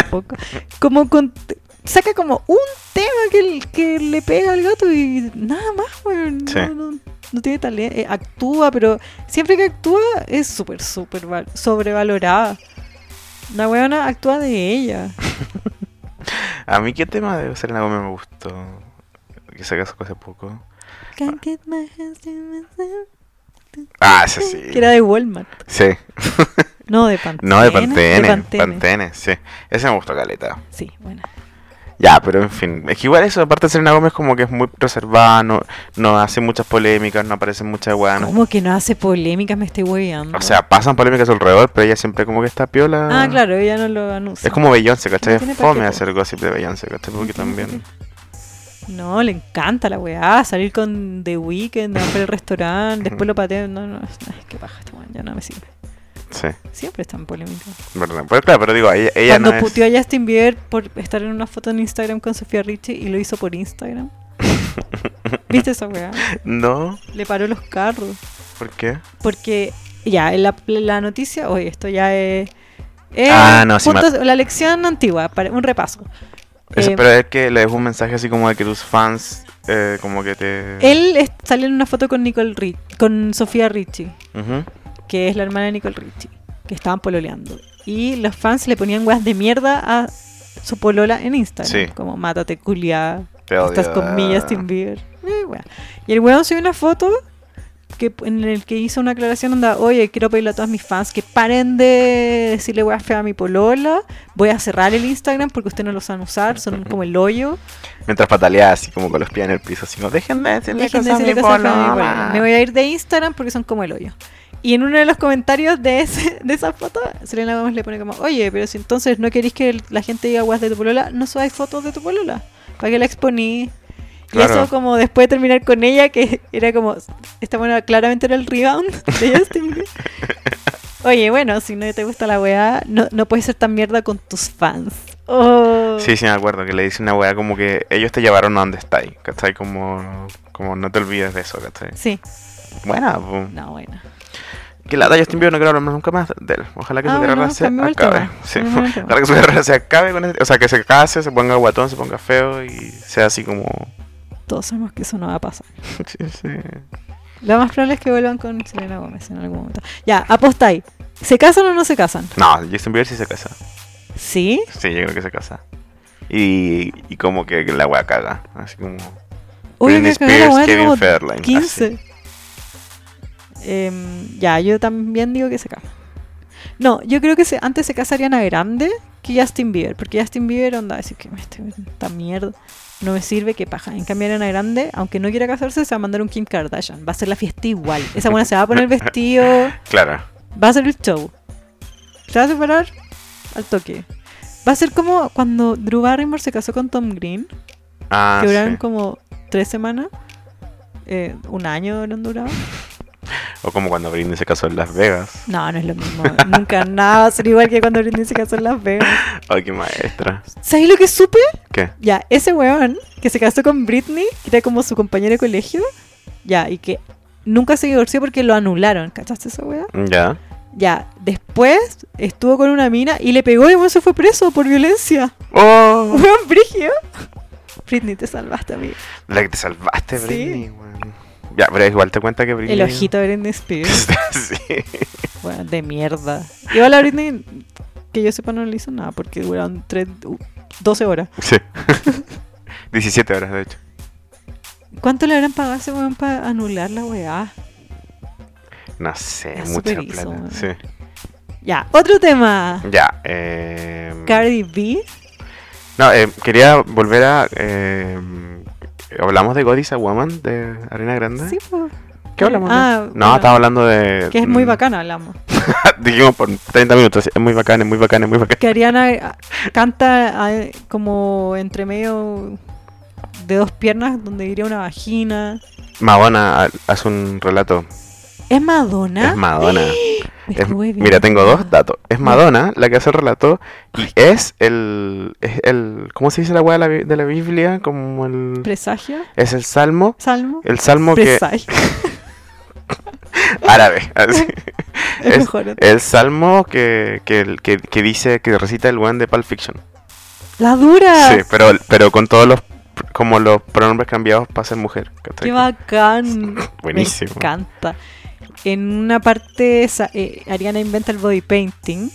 Speaker 1: poco. Como con- saca como un tema que, el- que le pega al gato y nada más, weón.
Speaker 2: Sí.
Speaker 1: No, no- no tiene talento. Eh, actúa, pero siempre que actúa es súper, súper val- sobrevalorada. La weona actúa de ella.
Speaker 2: A mí, ¿qué tema de Selena Gómez me gustó? Que se casó hace poco.
Speaker 1: Can't get my hands to myself.
Speaker 2: Ah, ese sí.
Speaker 1: Que era de Walmart.
Speaker 2: Sí.
Speaker 1: No, de Pantene.
Speaker 2: No, de Pantene.
Speaker 1: De
Speaker 2: Pantene,
Speaker 1: Pantene.
Speaker 2: sí. Ese me gustó caleta.
Speaker 1: Sí, bueno.
Speaker 2: Ya, pero en fin. Es que igual eso, aparte de Selena Gómez, como que es muy reservada, no, no hace muchas polémicas, no aparece muchas weas. Ah, no-
Speaker 1: Como que no hace polémicas, me estoy hueveando.
Speaker 2: O sea, pasan polémicas a su alrededor, pero ella siempre como que está piola.
Speaker 1: Ah, claro, ella no lo anuncia.
Speaker 2: Es como Beyoncé, ¿cachai?
Speaker 1: No
Speaker 2: Es
Speaker 1: tiene para
Speaker 2: fome
Speaker 1: qué,
Speaker 2: hacer gossip de Beyoncé, ¿cachai? Porque también.
Speaker 1: No, le encanta la weá, salir con The Weeknd, a por el restaurante, después lo patean. No, no, es que paja este weón, ya no me sirve.
Speaker 2: Sí,
Speaker 1: Siempre es tan polémico.
Speaker 2: verdad. Pues claro, pero digo, ella, ella
Speaker 1: Cuando
Speaker 2: no es.
Speaker 1: puteó a Justin Bieber por estar en una foto en Instagram con Sofía Richie y lo hizo por Instagram. ¿Viste esa weá?
Speaker 2: No,
Speaker 1: Le paró los carros.
Speaker 2: ¿por qué?
Speaker 1: Porque ya, la, la noticia, oye, esto ya es... es
Speaker 2: Ah, no, sí me-
Speaker 1: puntos- La lección antigua, para, un repaso.
Speaker 2: Eso,
Speaker 1: Eh,
Speaker 2: pero es que le dejó un mensaje así como de que tus fans, eh, como que te.
Speaker 1: Él es- sale en una foto con, Nicole Ri- con Sofía Richie.
Speaker 2: Ujú.
Speaker 1: que es la hermana de Nicole Richie, que estaban pololeando. Y los fans le ponían weas de mierda a su polola en Instagram.
Speaker 2: Sí.
Speaker 1: Como, mátate, culia,
Speaker 2: Te odio. ah.
Speaker 1: estás con mi Justin Bieber. Eh, wea. Y el weón subió una foto que, en el que hizo una aclaración onda, oye, quiero pedirle a todas mis fans que paren de decirle weas fea a mi polola, voy a cerrar el Instagram porque ustedes no los van a usar, son como el hoyo.
Speaker 2: Mientras pataleaba así como con los pies en el piso, así como, déjenme decirle
Speaker 1: Dejen de
Speaker 2: cosas a mi
Speaker 1: decirle cosas feas a mi
Speaker 2: polola".
Speaker 1: polola. Me voy a ir de Instagram porque son como el hoyo. Y en uno de los comentarios de, ese- de esa foto, Selena Gómez le pone como, oye, pero si entonces no queréis que el- la gente diga guas de tu polola, no subáis fotos de tu polola. ¿Para qué la exponí? Y
Speaker 2: Claro.
Speaker 1: eso como después de terminar con ella, que era como, esta buena claramente era el rebound de Justin Bieber. Oye, bueno, si no te gusta la weá, no, no puedes ser tan mierda con tus fans. Oh.
Speaker 2: Sí, sí, me acuerdo que le dice una weá como que ellos te llevaron a donde estáis, ¿cachai? Como, como no te olvides de eso, ¿cachai?
Speaker 1: Sí,
Speaker 2: Buena, pues.
Speaker 1: no, bueno.
Speaker 2: Que la Justin Bieber no quiero hablar más nunca más de él. Ojalá que
Speaker 1: Ah,
Speaker 2: su
Speaker 1: bueno,
Speaker 2: carrera se
Speaker 1: cambiemos el
Speaker 2: acabe.
Speaker 1: tema.
Speaker 2: Sí.
Speaker 1: Cambiemos el tema.
Speaker 2: Ojalá que su carrera se acabe con ese- O sea, que se case, se ponga guatón, se ponga feo y sea así como.
Speaker 1: Todos sabemos que eso no va a pasar.
Speaker 2: Sí, sí.
Speaker 1: Lo más probable es que vuelvan con Selena Gómez en algún momento. Ya, apostáis. ¿Se casan o no se casan?
Speaker 2: No, Justin Bieber sí se casa.
Speaker 1: ¿Sí?
Speaker 2: Sí, yo creo que se casa. Y, y como que la wea caga. Así como.
Speaker 1: Uy,
Speaker 2: Britney
Speaker 1: me cagó la
Speaker 2: Spears,
Speaker 1: weá,
Speaker 2: Kevin
Speaker 1: como
Speaker 2: Federline,
Speaker 1: 15. Em, ya, yo también digo que se casan. No, yo creo que se- antes se casarían a Grande que Justin Bieber. Porque Justin Bieber onda, decir que este- esta mierda no me sirve, que paja. En cambio, Ariana Grande, aunque no quiera casarse, se va a mandar un Kim Kardashian. Va a ser la fiesta igual. Esa buena se va a poner vestido.
Speaker 2: Claro.
Speaker 1: va a ser el show. Se va a separar al toque. Va a ser como cuando Drew Barrymore se casó con Tom Green,
Speaker 2: Ah,
Speaker 1: que duraron
Speaker 2: sí.
Speaker 1: como tres semanas. Eh, un año no han durado.
Speaker 2: O como cuando Britney se casó en Las Vegas.
Speaker 1: No, no es lo mismo. Nunca nada va a ser igual que cuando Britney se casó en Las Vegas.
Speaker 2: Ay, qué maestra.
Speaker 1: ¿Sabéis lo que supe?
Speaker 2: ¿Qué?
Speaker 1: Ya, ese weón que se casó con Britney, que era como su compañero de colegio, ya, y que nunca se divorció porque lo anularon. ¿Cachaste esa weá?
Speaker 2: Ya.
Speaker 1: Ya, después estuvo con una mina y le pegó y el weón se fue preso por violencia.
Speaker 2: ¡Oh!
Speaker 1: Weón brigio. Britney, te salvaste, amigo.
Speaker 2: La que te salvaste,
Speaker 1: Sí.
Speaker 2: Britney, weón. Ya, pero igual te cuenta que Britney.
Speaker 1: El ojito de Britney Spears.
Speaker 2: sí.
Speaker 1: Bueno, de mierda. Igual a Britney, que yo sepa, no le hizo nada porque duraron tres- u- 12 horas.
Speaker 2: Sí. 17 horas, de hecho.
Speaker 1: ¿Cuánto le habrán pagado a ese weón para anular la weá?
Speaker 2: No sé,
Speaker 1: Es
Speaker 2: mucha
Speaker 1: súper hizo,
Speaker 2: plata.
Speaker 1: weón.
Speaker 2: Sí.
Speaker 1: Ya, otro tema.
Speaker 2: Ya. Eh,
Speaker 1: Cardi B.
Speaker 2: no, eh, quería volver a. eh, hablamos de God is a Woman de Arena Grande.
Speaker 1: Sí, po,
Speaker 2: ¿Qué hablamos? de?
Speaker 1: Ah,
Speaker 2: no,
Speaker 1: bueno.
Speaker 2: estaba hablando de.
Speaker 1: que es muy
Speaker 2: mm,
Speaker 1: bacana, hablamos.
Speaker 2: Dijimos por 30 minutos. Es muy bacán, es muy bacán, es muy bacán.
Speaker 1: Que Ariana eh, canta eh, como entre medio de dos piernas donde iría una vagina.
Speaker 2: Madonna hace un relato.
Speaker 1: ¿Es Madonna?
Speaker 2: Es Madonna.
Speaker 1: Me
Speaker 2: Es-
Speaker 1: estuve viendo.
Speaker 2: mira, tengo dos datos. Es Madonna la que hace el relato y es el, es el. ¿Cómo se dice la weá de la, bi- de la Biblia? Como el.
Speaker 1: ¿Presagio?
Speaker 2: Es el salmo.
Speaker 1: ¿Salmo?
Speaker 2: El salmo que.
Speaker 1: Presagio.
Speaker 2: Árabe. así.
Speaker 1: Es mejor.
Speaker 2: El salmo que, que, que- que dice que recita el weón de Pulp Fiction.
Speaker 1: ¡La dura!
Speaker 2: Sí, pero, pero con todos los. pr- Como los pronombres cambiados para ser mujer. ¿cachai?
Speaker 1: ¡Qué bacán!
Speaker 2: Buenísimo.
Speaker 1: Me encanta. En una parte, esa- eh, Ariana inventa el body painting.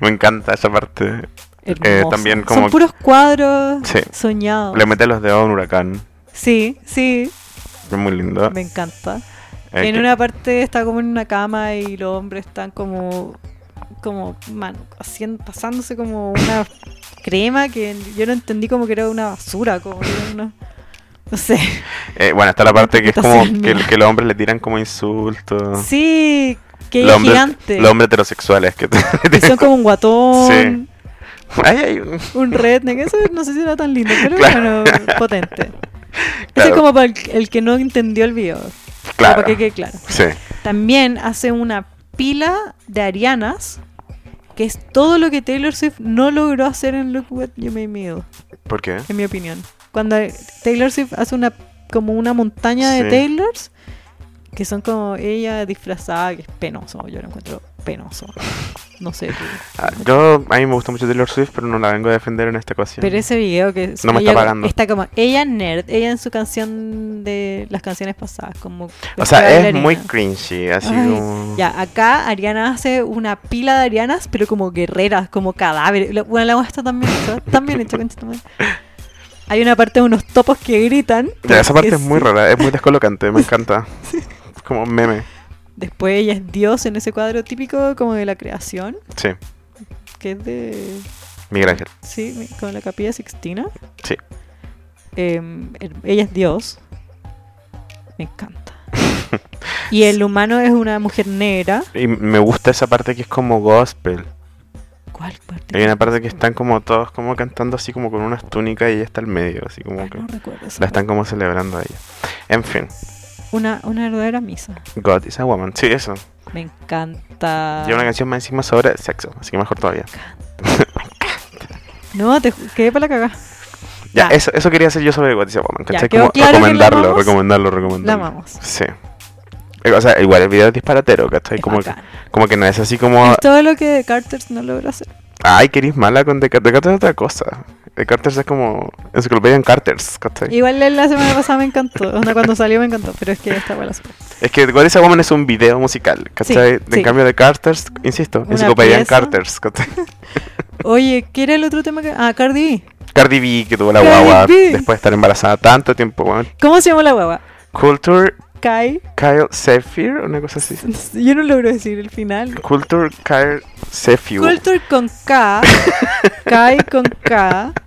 Speaker 2: Me encanta esa parte.
Speaker 1: Hermoso.
Speaker 2: Eh, también
Speaker 1: Son
Speaker 2: como-
Speaker 1: puros cuadros
Speaker 2: Sí.
Speaker 1: soñados.
Speaker 2: Le mete los dedos a un huracán.
Speaker 1: Sí, sí,
Speaker 2: Es muy lindo.
Speaker 1: me encanta.
Speaker 2: Eh,
Speaker 1: en
Speaker 2: que-
Speaker 1: una parte está como en una cama y los hombres están como como man, haciendo, pasándose como una crema que yo no entendí como que era una basura, como que era una- no sé.
Speaker 2: eh, bueno, está la parte que es como
Speaker 1: Reputación
Speaker 2: que,
Speaker 1: mía.
Speaker 2: que los hombres le tiran como insultos.
Speaker 1: Sí, que
Speaker 2: Ah. los
Speaker 1: es
Speaker 2: hombres,
Speaker 1: gigante.
Speaker 2: Los hombres heterosexuales que te-
Speaker 1: Que son como un guatón,
Speaker 2: Ay, ay, un-
Speaker 1: un redneck, eso no sé si era tan lindo, pero
Speaker 2: Claro.
Speaker 1: bueno, potente. Eso es
Speaker 2: Claro.
Speaker 1: como para el, el que no entendió el video,
Speaker 2: Claro.
Speaker 1: para que quede claro.
Speaker 2: Sí.
Speaker 1: También hace una pila de Arianas, que es todo lo que Taylor Swift no logró hacer en Look What You Made Me Do,
Speaker 2: ¿Por qué?
Speaker 1: en mi opinión. Cuando Taylor Swift hace una como una montaña de
Speaker 2: Sí.
Speaker 1: Taylors, que son como ella disfrazada, que es penoso, yo lo encuentro penoso. No sé. tú.
Speaker 2: Ah, Yo, a mí me gusta mucho Taylor Swift, pero no la vengo a defender en esta ocasión.
Speaker 1: Pero ese video que es-
Speaker 2: No me
Speaker 1: ella,
Speaker 2: está pagando.
Speaker 1: está como ella nerd, ella en su canción de las canciones pasadas, como
Speaker 2: o sea, es
Speaker 1: bailarina.
Speaker 2: muy cringy, así
Speaker 1: Ay,
Speaker 2: como...
Speaker 1: Ya, acá Ariana hace una pila de Arianas, pero como guerreras, como cadáveres. La- Bueno, la agua está también hecha, también hecha, concha tu madre. Hay una parte de unos topos que gritan.
Speaker 2: Ya, esa parte
Speaker 1: que
Speaker 2: es muy
Speaker 1: sí.
Speaker 2: rara, es muy descolocante, me encanta. Es como un meme,
Speaker 1: Después ella es Dios en ese cuadro típico como de la creación,
Speaker 2: sí.
Speaker 1: que es de...
Speaker 2: Miguel Ángel.
Speaker 1: Sí, con la capilla Sixtina.
Speaker 2: Sí.
Speaker 1: Em, el- ella es Dios. Me encanta. y el humano es una mujer negra.
Speaker 2: Y me gusta esa parte que es como gospel.
Speaker 1: ¿Cuál parte?
Speaker 2: Hay una parte que están como todos como cantando así como con unas túnicas y ella está al medio, así como
Speaker 1: Ah,
Speaker 2: que
Speaker 1: no recuerdo esa
Speaker 2: la están como celebrando a ella. En fin,
Speaker 1: Una, una verdadera misa.
Speaker 2: God is a woman. Sí, eso.
Speaker 1: Me encanta.
Speaker 2: Lleva una canción más encima sobre sexo, así que mejor todavía.
Speaker 1: No, te ju- quedé para la cagada.
Speaker 2: Ya,
Speaker 1: Ya.
Speaker 2: Eso, eso quería hacer yo sobre What is a Woman, ¿cachai?
Speaker 1: quedó
Speaker 2: Como
Speaker 1: claro que la
Speaker 2: recomendarlo,
Speaker 1: amamos.
Speaker 2: recomendarlo,
Speaker 1: La
Speaker 2: recomendarlo.
Speaker 1: amamos.
Speaker 2: Sí. Eh, O sea, igual el video es disparatero, ¿cachai?
Speaker 1: Es
Speaker 2: Como que,
Speaker 1: bacán.
Speaker 2: como que no es así como,
Speaker 1: Es todo lo que Carter no logró hacer.
Speaker 2: ay, que eres mala con The Car- The Carters es otra cosa. The Carters es como enciclopedia en Carters, ¿cachai?
Speaker 1: Igual la semana pasada me encantó. O sea, cuando salió me encantó, pero es que esta fue la super.
Speaker 2: Es que What is a Woman es un video musical,
Speaker 1: Sí,
Speaker 2: ¿cachai? en
Speaker 1: sí.
Speaker 2: cambio, The Carters, insisto,
Speaker 1: Una
Speaker 2: enciclopedia en
Speaker 1: pieza.
Speaker 2: Carters, ¿cachai?
Speaker 1: Oye, ¿qué era el otro tema que.? Ah, Cardi B.
Speaker 2: Cardi B, que tuvo la
Speaker 1: Cardi
Speaker 2: guagua
Speaker 1: B.
Speaker 2: después de estar embarazada tanto tiempo, weón.
Speaker 1: ¿Cómo se llama la guagua?
Speaker 2: Culture
Speaker 1: Kai.
Speaker 2: Kyle Zephyr, una cosa así.
Speaker 1: Yo no logro decir el final.
Speaker 2: Culture Kyle Zephyr.
Speaker 1: Culture con K. Kai con K.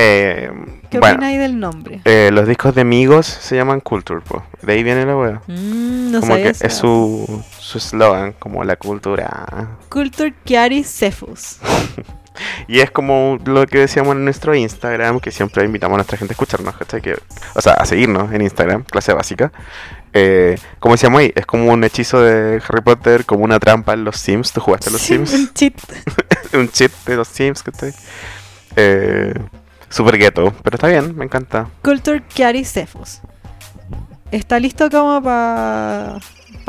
Speaker 2: Eh,
Speaker 1: ¿Qué
Speaker 2: bueno,
Speaker 1: opináis del nombre?
Speaker 2: eh, los discos de Migos se llaman Culture, po. De ahí viene la wea.
Speaker 1: Mm, no
Speaker 2: Eh, como
Speaker 1: sabía
Speaker 2: que
Speaker 1: eso.
Speaker 2: es su su eslogan, como la cultura.
Speaker 1: Culture Kiari Cephus.
Speaker 2: Y es como lo que decíamos en nuestro Instagram, que siempre invitamos a nuestra gente a escucharnos, ¿cachai? Que, o sea, a seguirnos en Instagram, clase básica. Eh, como decíamos ahí, es como un hechizo de Harry Potter, como una trampa en los Sims. ¿Tú jugaste a los
Speaker 1: Sí,
Speaker 2: Sims?
Speaker 1: Un cheat.
Speaker 2: un chip de los Sims, ¿cachai? Eh, super gueto, pero está bien, me encanta.
Speaker 1: Culture Kiari Cephus. Está listo como para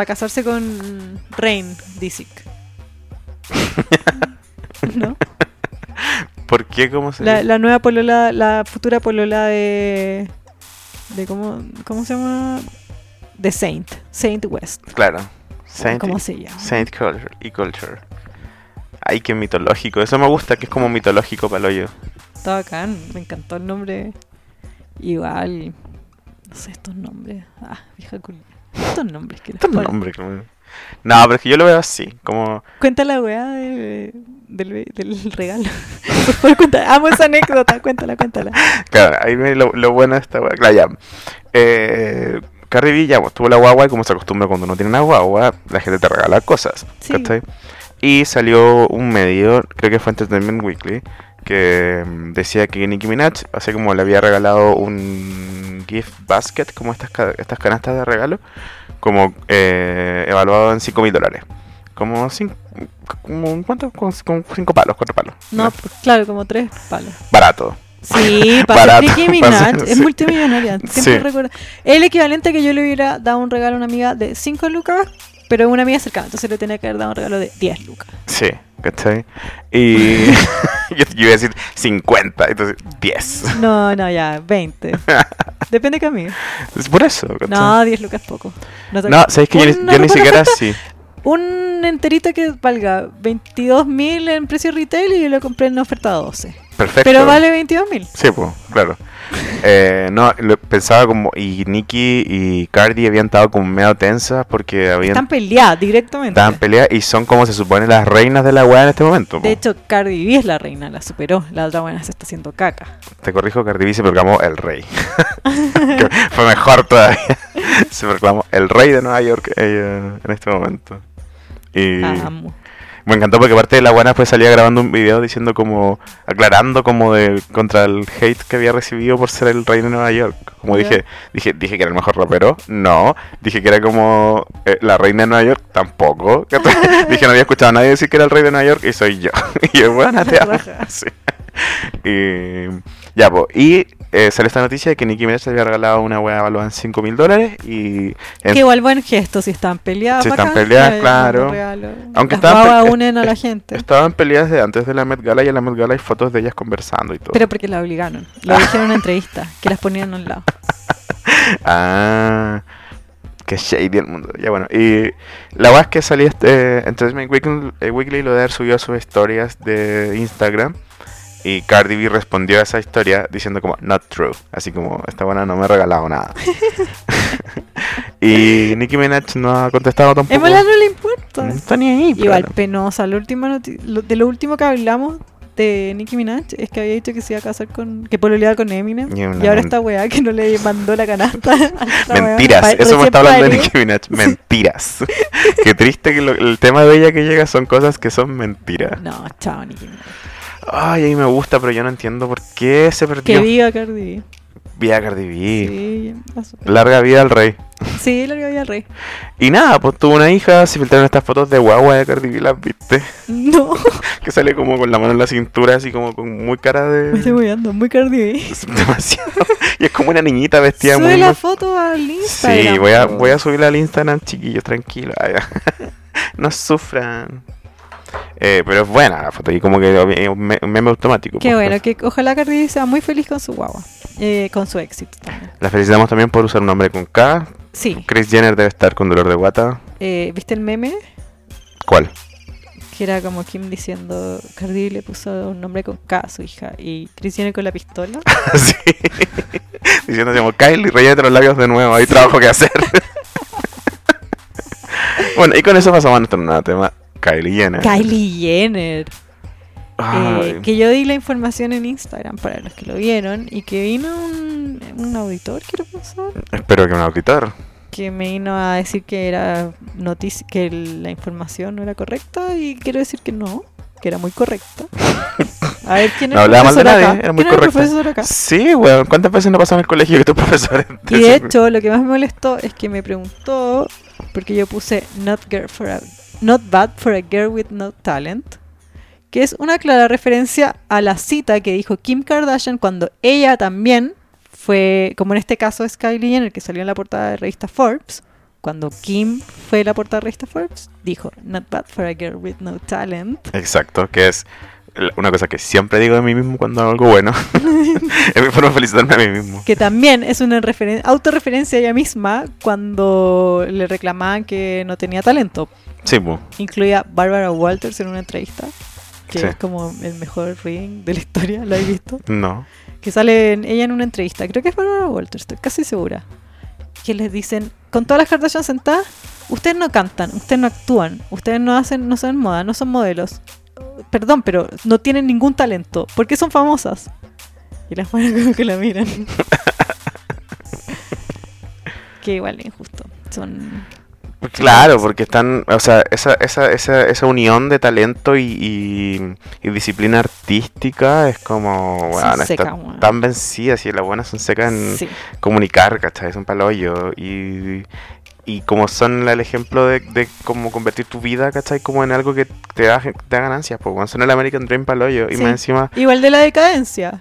Speaker 1: casarse con Rain Disick. ¿No?
Speaker 2: ¿Por qué? ¿Cómo se
Speaker 1: La, la nueva polola, la futura polola de. de cómo, ¿Cómo se llama? De Saint. Saint West.
Speaker 2: Claro. Saint,
Speaker 1: ¿Cómo se llama?
Speaker 2: Saint Culture y Culture. Ay, qué mitológico. Eso me gusta, que es como mitológico para el hoyo.
Speaker 1: Está bacán, me encantó el nombre. Igual. No sé estos nombres. Ah, vieja culia. Estos nombres que les
Speaker 2: Este es un
Speaker 1: ponen.
Speaker 2: nombre. como- No, pero es que yo lo veo así, como...
Speaker 1: Cuenta la weá de- del, be- del regalo. Por favor, cuenta. Amo esa anécdota. Cuéntala, cuéntala.
Speaker 2: Claro, ahí viene lo, lo bueno de esta wea. Claro, ya. Eh, Cardi B ya pues, tuvo la guagua y como se acostumbra cuando uno tiene una guagua, la gente te regala cosas.
Speaker 1: Sí.
Speaker 2: ¿cachai? Y salió un medio, creo que fue Entertainment Weekly, que mm, decía que Nicki Minaj, así como le había regalado un gift basket, como estas, ca- estas canastas de regalo, como eh, evaluado en 5 mil dólares. Como, cinco, como ¿cuánto? Como como cinco palos, cuatro palos.
Speaker 1: No, pues, claro, como tres palos.
Speaker 2: Barato.
Speaker 1: Sí, para
Speaker 2: Barato,
Speaker 1: Nicki
Speaker 2: para
Speaker 1: Minaj
Speaker 2: ser-
Speaker 1: es
Speaker 2: sí.
Speaker 1: multimillonaria. Siempre
Speaker 2: Sí.
Speaker 1: recuerda. Es el equivalente a que yo le hubiera dado un regalo a una amiga de 5 lucas, pero una amiga cercana. Entonces le tenía que haber dado un regalo de 10 lucas.
Speaker 2: Sí, ¿cachai? Y yo, yo iba a decir 50, entonces 10.
Speaker 1: No, no, ya, 20. Depende de Camilo.
Speaker 2: Es por eso, ¿cachai?
Speaker 1: No, 10 lucas es poco. No, te-
Speaker 2: No, sabes que yo, ni-
Speaker 1: Una
Speaker 2: yo ni
Speaker 1: ropa
Speaker 2: siquiera
Speaker 1: barata,
Speaker 2: sí.
Speaker 1: Un enterito que valga 22.000 en precio retail y yo lo compré en oferta 12.
Speaker 2: Perfecto.
Speaker 1: Pero vale 22.000.
Speaker 2: Sí, pues, claro. Eh, no, lo- pensaba como. Y Nicki y Cardi habían estado como medio tensas porque habían.
Speaker 1: Están peleadas directamente.
Speaker 2: Estaban peleadas y son como se supone las reinas de la weá en este momento.
Speaker 1: De
Speaker 2: po.
Speaker 1: hecho, Cardi B es la reina, la superó. La otra buena se está haciendo caca.
Speaker 2: Te corrijo, Cardi B se proclamó el rey. Que fue mejor todavía. se proclamó el rey de Nueva York ella, en este momento. Y
Speaker 1: La amo.
Speaker 2: me encantó porque parte de la buena después salía grabando un video diciendo como, aclarando como de contra el hate que había recibido por ser el rey de Nueva York. Como
Speaker 1: Ya.
Speaker 2: dije, dije, dije que era el mejor rapero, no. Dije que era como eh, la reina de Nueva York, tampoco. dije no había escuchado a nadie decir que era el rey de Nueva York y soy yo. y yo, bueno, te amo".
Speaker 1: Raja.
Speaker 2: Sí. Y, ya, po. Y eh, salió esta noticia de que Nicki Minaj le había regalado una wea valuada en 5 mil dólares y... en-
Speaker 1: Que igual buen gesto, si están peleadas.
Speaker 2: Si están
Speaker 1: bacán,
Speaker 2: peleadas,
Speaker 1: eh,
Speaker 2: claro.
Speaker 1: un regalo.
Speaker 2: Aunque
Speaker 1: Las
Speaker 2: estaban pe-
Speaker 1: babas
Speaker 2: est-
Speaker 1: unen a la
Speaker 2: est-
Speaker 1: gente.
Speaker 2: Estaban peleadas de antes de la Met Gala y en la Met Gala hay fotos de ellas conversando y todo.
Speaker 1: Pero porque la obligaron. Lo dijeron en una entrevista, que las ponían a un lado.
Speaker 2: Ah, qué shady el mundo. Ya bueno, y la verdad es que salí este, en Entertainment Weekly, eh, Weekly lo de haber subido a sus historias de Instagram. Y Cardi B respondió a esa historia diciendo como, not true. Así como, esta buena no me ha regalado nada. y Nicki Minaj no ha contestado tampoco.
Speaker 1: En verdad no le
Speaker 2: No
Speaker 1: importa.
Speaker 2: está ni ahí.
Speaker 1: Igual
Speaker 2: pero-
Speaker 1: penosa. La última noti- lo- de lo último que hablamos de Nicki Minaj es que había dicho que se iba a casar con. que pololeaba con Eminem.
Speaker 2: Y una
Speaker 1: Y ahora
Speaker 2: men-
Speaker 1: esta weá que no le mandó la canasta. a esta weá. Pa-
Speaker 2: Mentiras, eso
Speaker 1: recién
Speaker 2: me está hablando de
Speaker 1: parió.
Speaker 2: Nicki Minaj. Mentiras. Qué triste que lo- el tema de ella que llega son cosas que son mentiras.
Speaker 1: No, chao, Nicki Minaj.
Speaker 2: Ay, a mí me gusta, pero yo no entiendo por qué se
Speaker 1: Que
Speaker 2: perdió.
Speaker 1: viva Cardi B.
Speaker 2: Vía Cardi B.
Speaker 1: Sí, la super-
Speaker 2: Larga vida al rey.
Speaker 1: sí, la vida al rey.
Speaker 2: Y nada, pues tuvo una hija, se filtraron estas fotos de guagua de Cardi B, las viste.
Speaker 1: No,
Speaker 2: Que sale como con la mano en la cintura, así como con muy cara de...
Speaker 1: me estoy moviendo, muy Cardi B.
Speaker 2: Es demasiado. Y es como una niñita vestida
Speaker 1: Sube
Speaker 2: muy...
Speaker 1: la
Speaker 2: mal-
Speaker 1: foto al Instagram.
Speaker 2: Sí, voy a,
Speaker 1: po.
Speaker 2: voy a subirla al Instagram, chiquillos, tranquilo. Ay, no sufran. Eh, pero es buena la foto y como que eh, un me- un meme automático.
Speaker 1: Qué
Speaker 2: pues,
Speaker 1: bueno,
Speaker 2: pues.
Speaker 1: que ojalá Cardi B sea muy feliz con su guagua. eh, con su éxito también.
Speaker 2: La felicitamos también por usar un nombre con K.
Speaker 1: Sí,
Speaker 2: Chris Jenner debe estar con dolor de guata.
Speaker 1: eh, ¿viste el meme?
Speaker 2: ¿Cuál?
Speaker 1: Que era como Kim diciendo, Cardi B le puso un nombre con K a su hija y Cristiano con la pistola.
Speaker 2: sí. Diciendo como Kylie, rellete los labios de nuevo, hay trabajo que hacer. bueno, y con eso pasamos a nuestro nuevo tema. Kylie Jenner.
Speaker 1: Kylie Jenner.
Speaker 2: Ay,
Speaker 1: Eh, que yo di la información en Instagram para los que lo vieron y que vino un, un auditor, quiero pensar,
Speaker 2: Espero que un auditor.
Speaker 1: que me vino a decir que era noticia, que el- la información no era correcta y quiero decir que no, que era muy correcta. A ver quién es
Speaker 2: No
Speaker 1: el
Speaker 2: hablaba mal de
Speaker 1: profesor
Speaker 2: nadie,
Speaker 1: acá.
Speaker 2: era muy
Speaker 1: ¿Quién es el
Speaker 2: correcta.
Speaker 1: profesor acá?
Speaker 2: Sí, weón. ¿Cuántas veces no pasó en el colegio que tus profesores te
Speaker 1: Y de
Speaker 2: dicen-
Speaker 1: hecho, lo que más me molestó es que me preguntó, porque yo puse not, girl for a, not bad for a girl with no talent, que es una clara referencia a la cita que dijo Kim Kardashian cuando ella también fue, como en este caso es Kylie Jenner, que salió en la portada de revista Forbes, cuando Kim fue la portada de revista Forbes, dijo not bad for a girl with no talent.
Speaker 2: Exacto, que es la- una cosa que siempre digo de mí mismo cuando hago algo bueno. es mi forma de felicitarme a mí mismo.
Speaker 1: Que también es una referen- autorreferencia a ella misma cuando le reclamaban que no tenía talento.
Speaker 2: Sí, pues.
Speaker 1: incluía Barbara Walters en una entrevista, que
Speaker 2: Sí.
Speaker 1: es como el mejor ring de la historia, lo he visto,
Speaker 2: No.
Speaker 1: que sale en- ella en una entrevista, creo que es Barbara Walters, estoy casi segura, que les dicen, con todas las Kardashian sentadas, ustedes no cantan, ustedes no actúan, ustedes no hacen, no son moda, no son modelos, perdón, pero no tienen ningún talento, ¿por qué son famosas? Y las buenas como que la miran. que igual es injusto. Son
Speaker 2: Claro, porque están, o sea, esa, esa, esa, esa unión de talento y, y, y disciplina artística es como, bueno,
Speaker 1: Son secas,
Speaker 2: está
Speaker 1: weón.
Speaker 2: tan vencida, si las buenas son secas en
Speaker 1: Sí.
Speaker 2: comunicar, ¿cachai? Son palollo y, y como son el ejemplo de, de cómo convertir tu vida, ¿cachai? Como en algo que te da, te da ganancias, pues, son el American Dream palollo y
Speaker 1: Sí.
Speaker 2: más encima,
Speaker 1: Igual de la decadencia.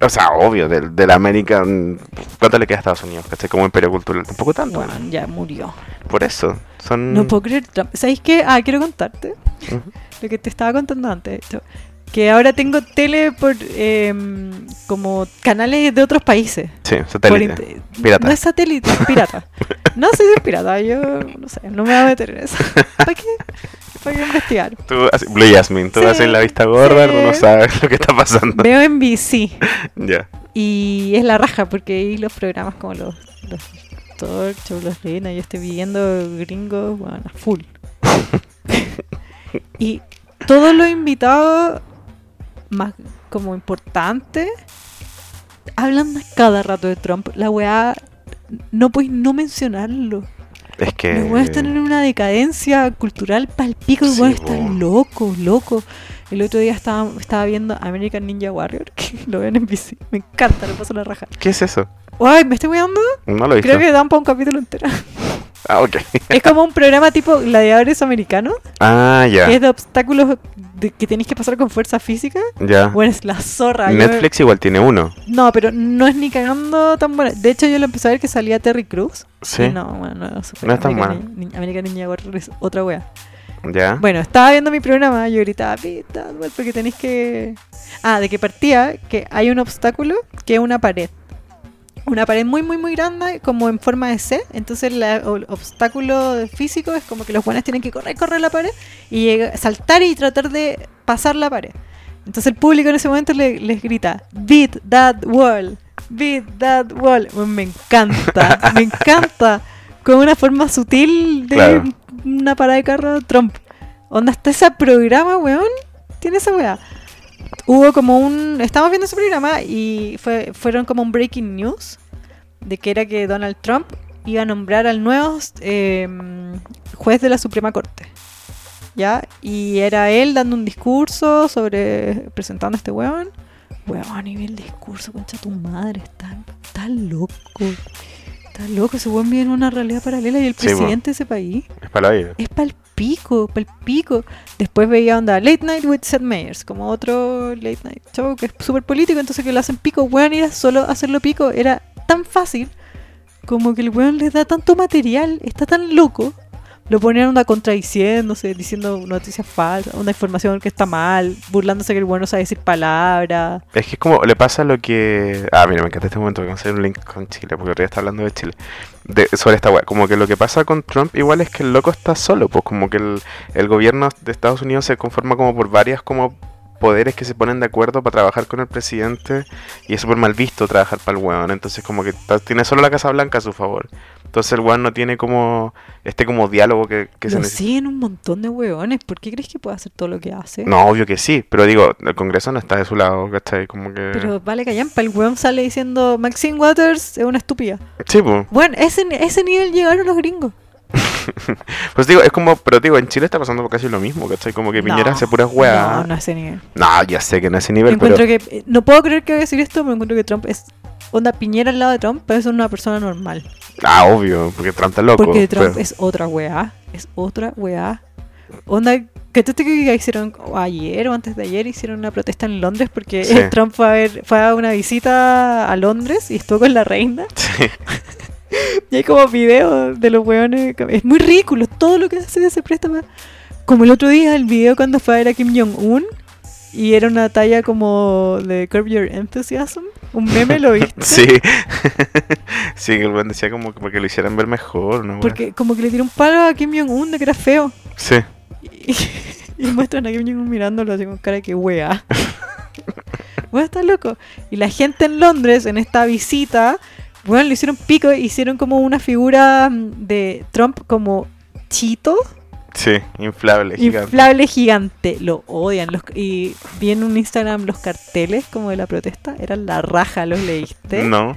Speaker 2: o sea, obvio, del, del American, ¿cuánto le queda a Estados Unidos, ¿cachai? Como imperio cultural, tampoco tanto,
Speaker 1: Bueno, ya murió.
Speaker 2: por eso, son...
Speaker 1: No puedo creer. Trump. ¿Sabéis qué? Ah, quiero contarte.
Speaker 2: Ujú.
Speaker 1: Lo que te estaba contando antes. de hecho. Que ahora tengo tele por em, como canales de otros países.
Speaker 2: Sí,
Speaker 1: Por
Speaker 2: satélite.
Speaker 1: inte-
Speaker 2: pirata.
Speaker 1: No es satélite, es pirata. No sé si es pirata, yo no sé, no me voy a meter en eso. ¿Para qué? ¿Para qué investigar?
Speaker 2: Tú, haces- Blue Jasmine, tú
Speaker 1: Sí,
Speaker 2: haces la vista gorda,
Speaker 1: sí.
Speaker 2: tú no sabes lo que está pasando.
Speaker 1: Veo en BC
Speaker 2: Ya.
Speaker 1: y es la raja porque ahí los programas como los, los Torch o los Lena, yo estoy viviendo gringos, bueno, a full. y todos los invitados más como importantes hablan a cada rato de Trump. La weá, no puedes no mencionarlo.
Speaker 2: Es que.
Speaker 1: Los weones están en una decadencia cultural palpico, los
Speaker 2: Sí,
Speaker 1: weones
Speaker 2: po.
Speaker 1: están locos, locos. El otro día estaba, estaba viendo American Ninja Warrior, que lo ven en bici. Me encanta, lo paso la raja.
Speaker 2: ¿Qué es eso?
Speaker 1: Ay, ¿me estoy cuidando?
Speaker 2: No lo he visto.
Speaker 1: Creo que dan para un capítulo entero.
Speaker 2: Ah, ok.
Speaker 1: Es como un programa tipo gladiadores americanos,
Speaker 2: Ah, ya.
Speaker 1: que es de obstáculos de- que tenéis que pasar con fuerza física.
Speaker 2: Ya.
Speaker 1: Bueno, es la zorra. yo-
Speaker 2: Ah. Netflix igual tiene uno.
Speaker 1: No, pero no es ni cagando tan buena. De hecho, yo lo empecé a ver que salía Terry Cruz.
Speaker 2: Sí.
Speaker 1: No, bueno, no, super-
Speaker 2: No es tan
Speaker 1: American
Speaker 2: mala.
Speaker 1: Nin- American Ninja Warrior es otra wea.
Speaker 2: Ya.
Speaker 1: Bueno, estaba viendo mi programa, yo gritaba, pita, duel", porque tenéis que... Ah, de que partía que hay un obstáculo que es una pared. Una pared muy, muy, muy grande, como en forma de C. Entonces la- o- el obstáculo físico es como que los buenos tienen que correr, correr la pared y llega- saltar y tratar de pasar la pared. Entonces el público en ese momento le- les grita, beat that wall, beat that wall. Bueno, Me encanta, me encanta. Como una forma sutil de
Speaker 2: Claro.
Speaker 1: una parada de carro Trump. Onda, está ese programa, weón. Tiene esa weá. Hubo como un... Estábamos viendo ese programa y fue, fueron como un breaking news de que era que Donald Trump iba a nombrar al nuevo eh, juez de la Suprema Corte. ¿Ya? Y era él dando un discurso sobre... presentando a este weón. Weón, y vi el discurso, concha tu madre, está, está loco. Está loco, ese weón vive en una realidad paralela y el
Speaker 2: Sí, weón.
Speaker 1: presidente de ese país
Speaker 2: Es para oír.
Speaker 1: es pal pico, pal pico. Después veía onda Late Night with Seth Meyers, como otro Late Night show que es súper político, entonces que lo hacen pico, weón, era solo hacerlo pico, era tan fácil como que el weón les da tanto material, está tan loco. Lo ponían onda contradiciéndose, diciendo noticias falsas, una información que está mal, burlándose que el weón no sabe decir palabras.
Speaker 2: Es que es como le pasa lo que. Ah, mira, me encanta este momento porque vamos a hacer un link con Chile, porque ahorita está hablando de Chile. De, sobre esta weá. Como que lo que pasa con Trump igual es que el loco está solo, pues como que el, el gobierno de Estados Unidos se conforma como por varias como poderes que se ponen de acuerdo para trabajar con el presidente y es súper mal visto trabajar para el weón. Entonces como que ta- tiene solo la Casa Blanca a su favor. Entonces el weón no tiene como este como diálogo que, que se
Speaker 1: Lo
Speaker 2: necesita.
Speaker 1: siguen un montón de weones, ¿por qué crees que puede hacer todo lo que hace?
Speaker 2: No, obvio que sí, pero digo, el Congreso no está de su lado, ¿cachai? Como que...
Speaker 1: Pero vale callampa, el weón sale diciendo Maxine Waters es una estúpida.
Speaker 2: Sí, pues.
Speaker 1: Bueno, ese, ese nivel llegaron los gringos.
Speaker 2: Pues digo, es como, pero digo, en Chile está pasando casi lo mismo, ¿cachai? Como que Piñera
Speaker 1: No,
Speaker 2: hace puras weas.
Speaker 1: No, no a ese nivel.
Speaker 2: No, ya sé que no a ese nivel, pero
Speaker 1: encuentro que, eh, no puedo creer que voy a decir esto, pero encuentro que Trump es. Onda Piñera al lado de Trump, pero es una persona normal.
Speaker 2: ah, obvio, porque Trump está loco.
Speaker 1: porque Trump
Speaker 2: pero-
Speaker 1: es otra weá. Es otra weá. Onda, que tú te que hicieron o ayer o antes de ayer hicieron una protesta en Londres porque
Speaker 2: Sí.
Speaker 1: Trump fue a, ver, fue a una visita a Londres y estuvo con la reina.
Speaker 2: Sí,
Speaker 1: Y hay como videos de los weones. que- Es muy ridículo todo lo que hace se presta pa- Como el otro día, el video cuando fue a ver a Kim Jong-un y era una talla como de Curb Your Enthusiasm. Un meme, ¿lo viste?
Speaker 2: sí. Sí, que el buen decía como que para que lo hicieran ver mejor, ¿no? wea?
Speaker 1: Porque como que le tiró un palo a Kim Jong-un de que era feo.
Speaker 2: Sí.
Speaker 1: Y, y muestran a Kim Jong-un mirándolo así con cara que wea. Wea, está loco. Y la gente en Londres, en esta visita, bueno, le hicieron pico, hicieron como una figura mm, de Trump como chito.
Speaker 2: Sí, inflable, gigante.
Speaker 1: Inflable gigante. Lo odian. Los, y vi en un Instagram los carteles como de la protesta. Eran la raja, ¿los leíste?
Speaker 2: No.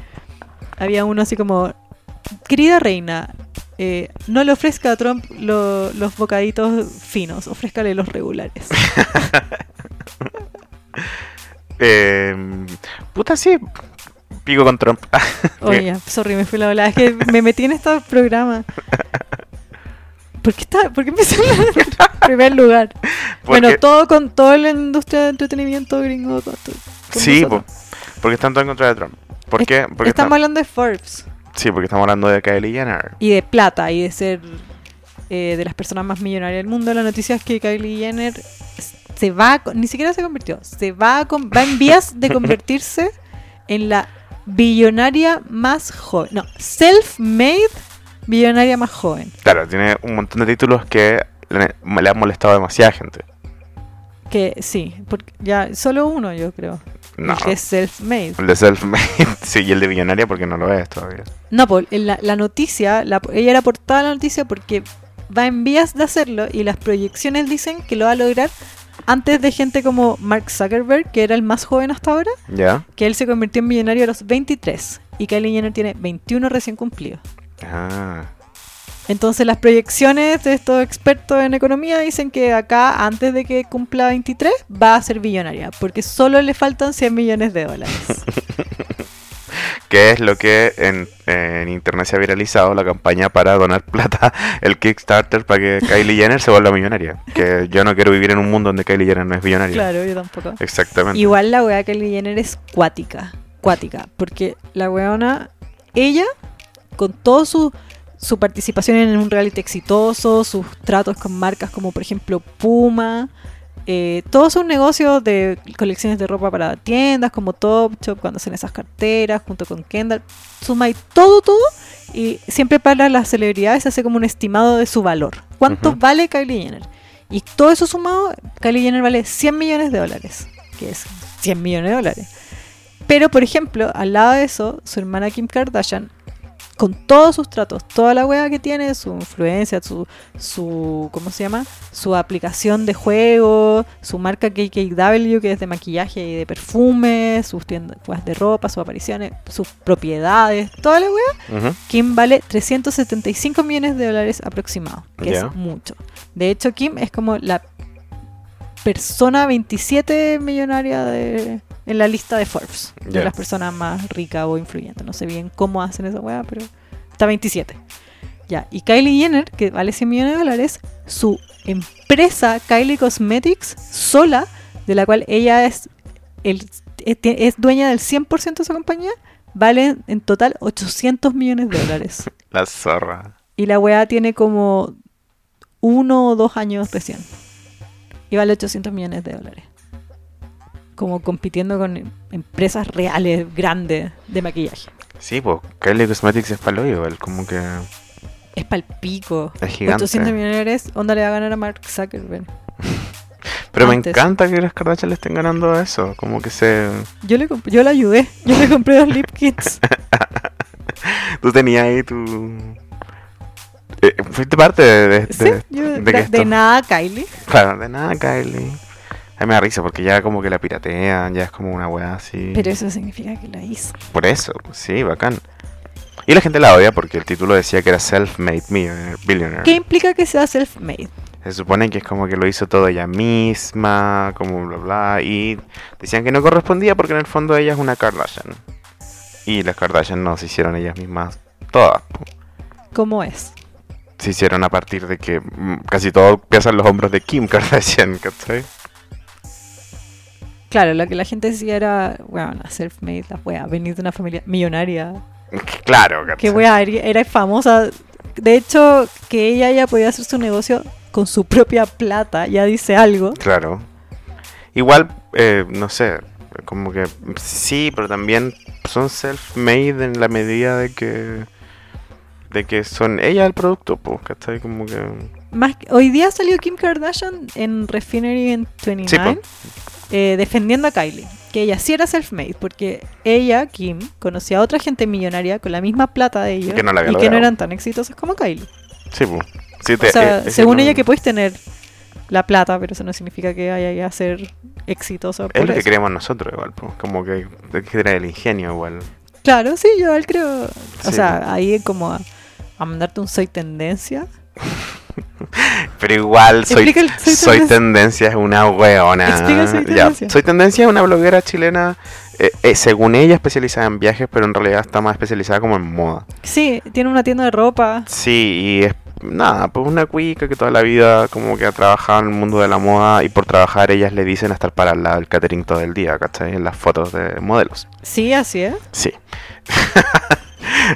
Speaker 1: Había uno así como, querida reina, eh, no le ofrezca a Trump lo- los bocaditos finos, ofrézcale los regulares.
Speaker 2: Eh, puta, sí. Pico con Trump. Ah,
Speaker 1: Oye, Oh, ya, sorry, me fui la ola. Es que me metí en este programa. ¿Por qué, está, ¿por qué empecé a hablar de Trump en primer lugar?
Speaker 2: Porque,
Speaker 1: Bueno, todo con toda la industria de entretenimiento gringo. con- con
Speaker 2: sí,
Speaker 1: nosotros.
Speaker 2: po- porque están todos en contra de Trump. ¿Por
Speaker 1: Es-
Speaker 2: qué?
Speaker 1: Estamos
Speaker 2: Porque estamos...
Speaker 1: hablando de Forbes
Speaker 2: Sí, porque estamos hablando de Kylie Jenner.
Speaker 1: y de plata y de ser eh, de las personas más millonarias del mundo. La noticia es que Kylie Jenner se va, a con- ni siquiera se convirtió, se va, a con- va en vías de convertirse en la billonaria más joven. No, self-made billonaria más joven.
Speaker 2: Claro, tiene un montón de títulos que le, le han molestado a demasiada gente.
Speaker 1: Que sí, porque ya solo uno yo creo.
Speaker 2: No.
Speaker 1: el que es self-made.
Speaker 2: El de self-made, sí, y el de millonaria porque no lo es todavía.
Speaker 1: No, Paul, en la, la noticia, la- ella era portada de la noticia porque va en vías de hacerlo y las proyecciones dicen que lo va a lograr antes de gente como Mark Zuckerberg, que era el más joven hasta ahora,
Speaker 2: ¿Ya?
Speaker 1: que él se convirtió en millonario a los 23 y Kylie Jenner tiene 21 recién cumplidos.
Speaker 2: Ah.
Speaker 1: Entonces las proyecciones de estos expertos en economía dicen que acá, antes de que cumpla 23, va a ser billonaria, porque solo le faltan 100 millones de dólares.
Speaker 2: que es lo que en, en internet se ha viralizado la campaña para donar plata, el Kickstarter para que Kylie Jenner se vuelva millonaria. Que yo no quiero vivir en un mundo donde Kylie Jenner no es millonaria.
Speaker 1: claro, yo tampoco.
Speaker 2: Exactamente.
Speaker 1: Igual la weá Kylie Jenner es cuática, cuática, porque la weona, ella, con todo su, su participación en un reality exitoso, sus tratos con marcas como por ejemplo Puma, eh, todos sus negocios de colecciones de ropa para tiendas como Top Shop, cuando hacen esas carteras, junto con Kendall, suma y todo, todo, y siempre para las celebridades hace como un estimado de su valor. ¿Cuánto
Speaker 2: Ujú.
Speaker 1: vale Kylie Jenner? Y todo eso sumado, Kylie Jenner vale 100 millones de dólares, que es 100 millones de dólares. Pero, por ejemplo, al lado de eso, su hermana Kim Kardashian, con todos sus tratos, toda la hueá que tiene, su influencia, su, su, ¿cómo se llama? Su aplicación de juego, su marca KKW, que es de maquillaje y de perfumes, sus tiendas weas de ropa, sus apariciones, sus propiedades, toda la hueá,
Speaker 2: Ujú.
Speaker 1: Kim vale 375 millones de dólares aproximado, que
Speaker 2: Ya.
Speaker 1: es mucho. De hecho, Kim es como la persona 27 millonaria de, en la lista de Forbes,
Speaker 2: Ya.
Speaker 1: de las personas más ricas o influyentes. No sé bien cómo hacen esa weá, pero está 27. Ya, y Kylie Jenner, que vale 100 millones de dólares, su empresa Kylie Cosmetics, sola, de la cual ella es, el, es- es dueña del 100% de su compañía, vale en total 800 millones de dólares.
Speaker 2: La zorra.
Speaker 1: Y la weá tiene como uno o dos años recién. Y vale 800 millones de dólares. Como compitiendo con empresas reales, grandes, de maquillaje.
Speaker 2: Sí, pues Kylie Cosmetics es palo igual, como que
Speaker 1: Es palpico.
Speaker 2: es gigante.
Speaker 1: 800 millones de dólares, onda le va a ganar a Mark Zuckerberg.
Speaker 2: Pero me
Speaker 1: antes.
Speaker 2: encanta que las Kardashian le estén ganando a eso, como que se...
Speaker 1: Yo le, comp- yo le ayudé, yo le compré dos lip kits.
Speaker 2: Tú tenías ahí tu... Eh, fuiste parte de, de-
Speaker 1: Sí,
Speaker 2: de-
Speaker 1: yo-
Speaker 2: de que
Speaker 1: de,
Speaker 2: esto-
Speaker 1: de nada, Kylie.
Speaker 2: Claro, de nada, Kylie. A mí me da risa porque ya como que la piratean, ya es como una weá así.
Speaker 1: Pero eso significa que la hizo.
Speaker 2: Por eso, sí, bacán. Y la gente la odia porque el título decía que era Self-Made millionaire- Billionaire.
Speaker 1: ¿Qué implica que sea self-made?
Speaker 2: Se supone que es como que lo hizo todo ella misma, como bla bla. Y decían que no correspondía porque en el fondo ella es una Kardashian. Y las Kardashian no se hicieron ellas mismas todas. po.
Speaker 1: ¿Cómo es?
Speaker 2: Se hicieron a partir de que mm, casi todo pesa en los hombros de Kim Kardashian, ¿cachai?
Speaker 1: Claro, lo que la gente decía era, bueno, self-made, la wea, venir de una familia millonaria.
Speaker 2: Claro, ¿cachai?
Speaker 1: Que wea, era- era famosa. De hecho, que ella ya podía hacer su negocio con su propia plata, ya dice algo.
Speaker 2: Claro. Igual, eh, no sé, como que sí, pero también son self-made en la medida de que de que son ella el producto, pues, ¿cachai? Como que...
Speaker 1: Más que- hoy día salió Kim Kardashian en Refinery en 29
Speaker 2: Sí, po.
Speaker 1: eh, defendiendo a Kylie, que ella sí era self-made, porque ella, Kim, conocía a otra gente millonaria con la misma plata de ellos
Speaker 2: que no la había
Speaker 1: y que no
Speaker 2: logrado.
Speaker 1: eran tan exitosos como Kylie.
Speaker 2: Sí, pues. Sí,
Speaker 1: O
Speaker 2: te- eh,
Speaker 1: sea,
Speaker 2: es que
Speaker 1: según
Speaker 2: no-
Speaker 1: ella que puedes tener la plata, pero eso no significa que haya que ser exitoso.
Speaker 2: Es
Speaker 1: por
Speaker 2: lo que
Speaker 1: eso.
Speaker 2: creemos nosotros igual, pues. Como que hay que tener el ingenio igual.
Speaker 1: Claro, sí, yo igual creo. O
Speaker 2: Sí.
Speaker 1: sea, ahí como a, a mandarte un soy tendencia.
Speaker 2: Pero igual, soy,
Speaker 1: Explica el soy
Speaker 2: soy
Speaker 1: tendencia.
Speaker 2: tendencia es una weona.
Speaker 1: Explica el soy
Speaker 2: Ya,
Speaker 1: tendencia.
Speaker 2: Soy tendencia es una bloguera chilena, eh, eh, según ella, especializada en viajes, pero en realidad está más especializada como en moda.
Speaker 1: Sí, tiene una tienda de ropa.
Speaker 2: Sí, y es nada, pues una cuica que toda la vida como que ha trabajado en el mundo de la moda y por trabajar ellas le dicen estar para al lado del catering todo el día, ¿cachai? En las fotos de modelos.
Speaker 1: Sí, así es.
Speaker 2: Sí.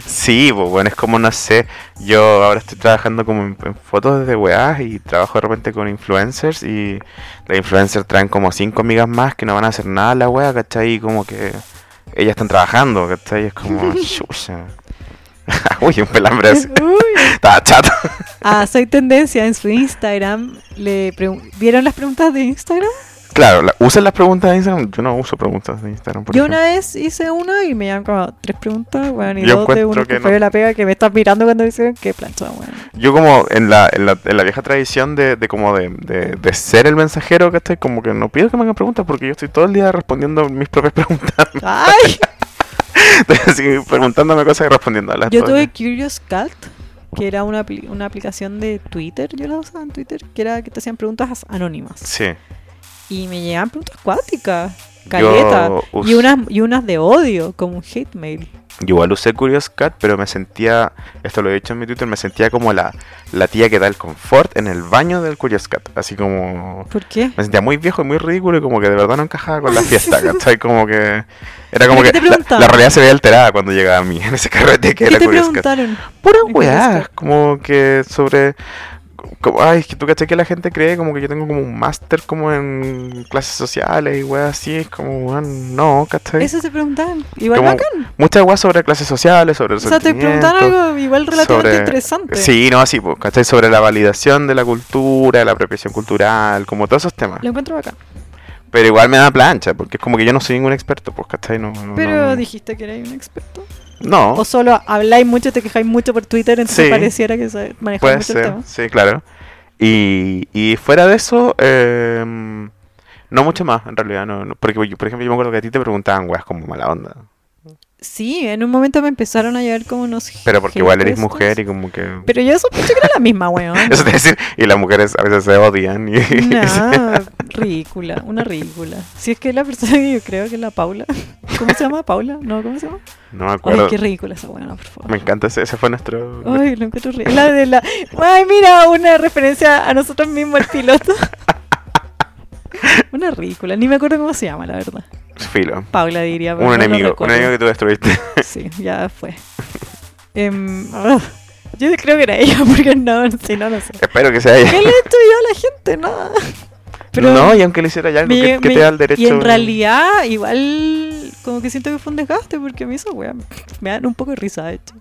Speaker 2: sí, pues bueno, es como, no sé, yo ahora estoy trabajando como en, en fotos de weas y trabajo de repente con influencers y las influencers traen como cinco amigas más que no van a hacer nada a la wea, ¿cachai? Y como que ellas están trabajando, ¿cachai? Y es como, chucha. Uy, un pelambre así.
Speaker 1: Uy.
Speaker 2: Estaba chato.
Speaker 1: Ah, soy tendencia en su Instagram. Le pregun- ¿Vieron las preguntas de Instagram?
Speaker 2: Claro, la- usen las preguntas de Instagram. Yo no uso preguntas de Instagram. Por
Speaker 1: Yo
Speaker 2: ejemplo.
Speaker 1: una vez hice una y me llevan como tres preguntas, weón, y
Speaker 2: Yo
Speaker 1: dos de
Speaker 2: encuentro
Speaker 1: uno que
Speaker 2: que no.
Speaker 1: fue de la pega que me estás mirando cuando dicen que plancha, weón.
Speaker 2: Yo como en la, en la, en la vieja tradición de, de como de, de, de ser el mensajero, que estoy como que no pido que me hagan preguntas porque yo estoy todo el día respondiendo mis propias preguntas.
Speaker 1: ¡Ay!
Speaker 2: Estoy así preguntándome cosas y respondiéndolas.
Speaker 1: Yo
Speaker 2: todo el
Speaker 1: tuve
Speaker 2: día.
Speaker 1: Curious Cat, que era una, apli- una aplicación de Twitter, yo la usaba en Twitter, que era que te hacían preguntas anónimas.
Speaker 2: Sí.
Speaker 1: Y me llegaban preguntas cuáticas, caleta,
Speaker 2: Yo us-
Speaker 1: y unas, y unas de odio, como un hate mail.
Speaker 2: Yo igual usé Curious Cat, pero me sentía, esto lo he dicho en mi Twitter, me sentía como la, la tía que da el confort en el baño del Curious Cat. Así como...
Speaker 1: ¿Por qué?
Speaker 2: Me sentía muy viejo y muy ridículo y como que de verdad no encajaba con la fiesta, ¿cachai? Como que... Era como
Speaker 1: ¿Pero qué
Speaker 2: que
Speaker 1: te
Speaker 2: la,
Speaker 1: preguntaban?
Speaker 2: la realidad se veía alterada cuando llegaba a mí en ese carrete que
Speaker 1: ¿Qué
Speaker 2: era
Speaker 1: te
Speaker 2: Curious Cat.
Speaker 1: preguntaron?
Speaker 2: Pura
Speaker 1: Me
Speaker 2: weá,
Speaker 1: parece.
Speaker 2: pues, como que sobre... como- ay, es que tú caché que la gente cree como que yo tengo como un máster como en clases sociales y weá así, es como, weón, no, ¿cachai?
Speaker 1: Eso te preguntaban. Igual
Speaker 2: ¿Eh? Como-
Speaker 1: bacán.
Speaker 2: Muchas weas sobre clases sociales, sobre el
Speaker 1: O sea, te preguntaban
Speaker 2: sentimiento,
Speaker 1: algo igual relativamente
Speaker 2: sobre-
Speaker 1: interesante.
Speaker 2: Sí, no, así, pues, ¿cachai? Sobre la validación de la cultura, la apropiación cultural, como todos esos temas.
Speaker 1: Lo encuentro bacán.
Speaker 2: Pero igual me da plancha, porque es como que yo no soy ningún experto, pues, ¿cachai? No, no,
Speaker 1: Pero
Speaker 2: no,
Speaker 1: dijiste que erais un experto.
Speaker 2: no,
Speaker 1: O solo habláis mucho, te quejáis mucho por Twitter, entonces
Speaker 2: Sí.
Speaker 1: pareciera que sabes- manejáis
Speaker 2: puede
Speaker 1: mucho el
Speaker 2: ser,
Speaker 1: tema.
Speaker 2: sí, claro. Y, y fuera de eso, eh, no mucho más, en realidad, no, no, porque yo- por ejemplo yo me acuerdo que a ti te preguntaban, weas, como mala onda.
Speaker 1: Sí, en un momento me empezaron a llevar como unos.
Speaker 2: Pero porque igual eres
Speaker 1: haters.
Speaker 2: mujer y como que...
Speaker 1: Pero yo sospecho que era la misma, weón.
Speaker 2: Eso te decir, y las mujeres a veces se odian y...
Speaker 1: Nah, ridícula, una ridícula. Si es que la persona que yo creo que es la Paula. ¿Cómo se llama Paula? No, ¿cómo se llama?
Speaker 2: no me
Speaker 1: Ay,
Speaker 2: acuerdo.
Speaker 1: qué ridícula esa weón, por favor.
Speaker 2: Me encanta, ese, ese fue nuestro...
Speaker 1: Ay, lo encuentro horrible. La de la... Ay, mira, una referencia a nosotros mismos, el piloto. una ridícula. Ni me acuerdo cómo se llama, la verdad.
Speaker 2: Filo.
Speaker 1: Paula diría. pero
Speaker 2: Un
Speaker 1: no lo
Speaker 2: enemigo, un
Speaker 1: recuerdo.
Speaker 2: enemigo que tú destruiste.
Speaker 1: Sí, ya fue. Em, ah, yo creo que era ella, porque no, si no, no sé.
Speaker 2: Espero que sea ella.
Speaker 1: ¿Qué le he hecho yo a la gente? Nada. Pero
Speaker 2: no, y aunque le hiciera ya algo
Speaker 1: me-
Speaker 2: que, que
Speaker 1: me-
Speaker 2: te da el derecho...
Speaker 1: Y en realidad, igual, como que siento que fue un desgaste, porque a mí esa weá me dan un poco de risa, de hecho.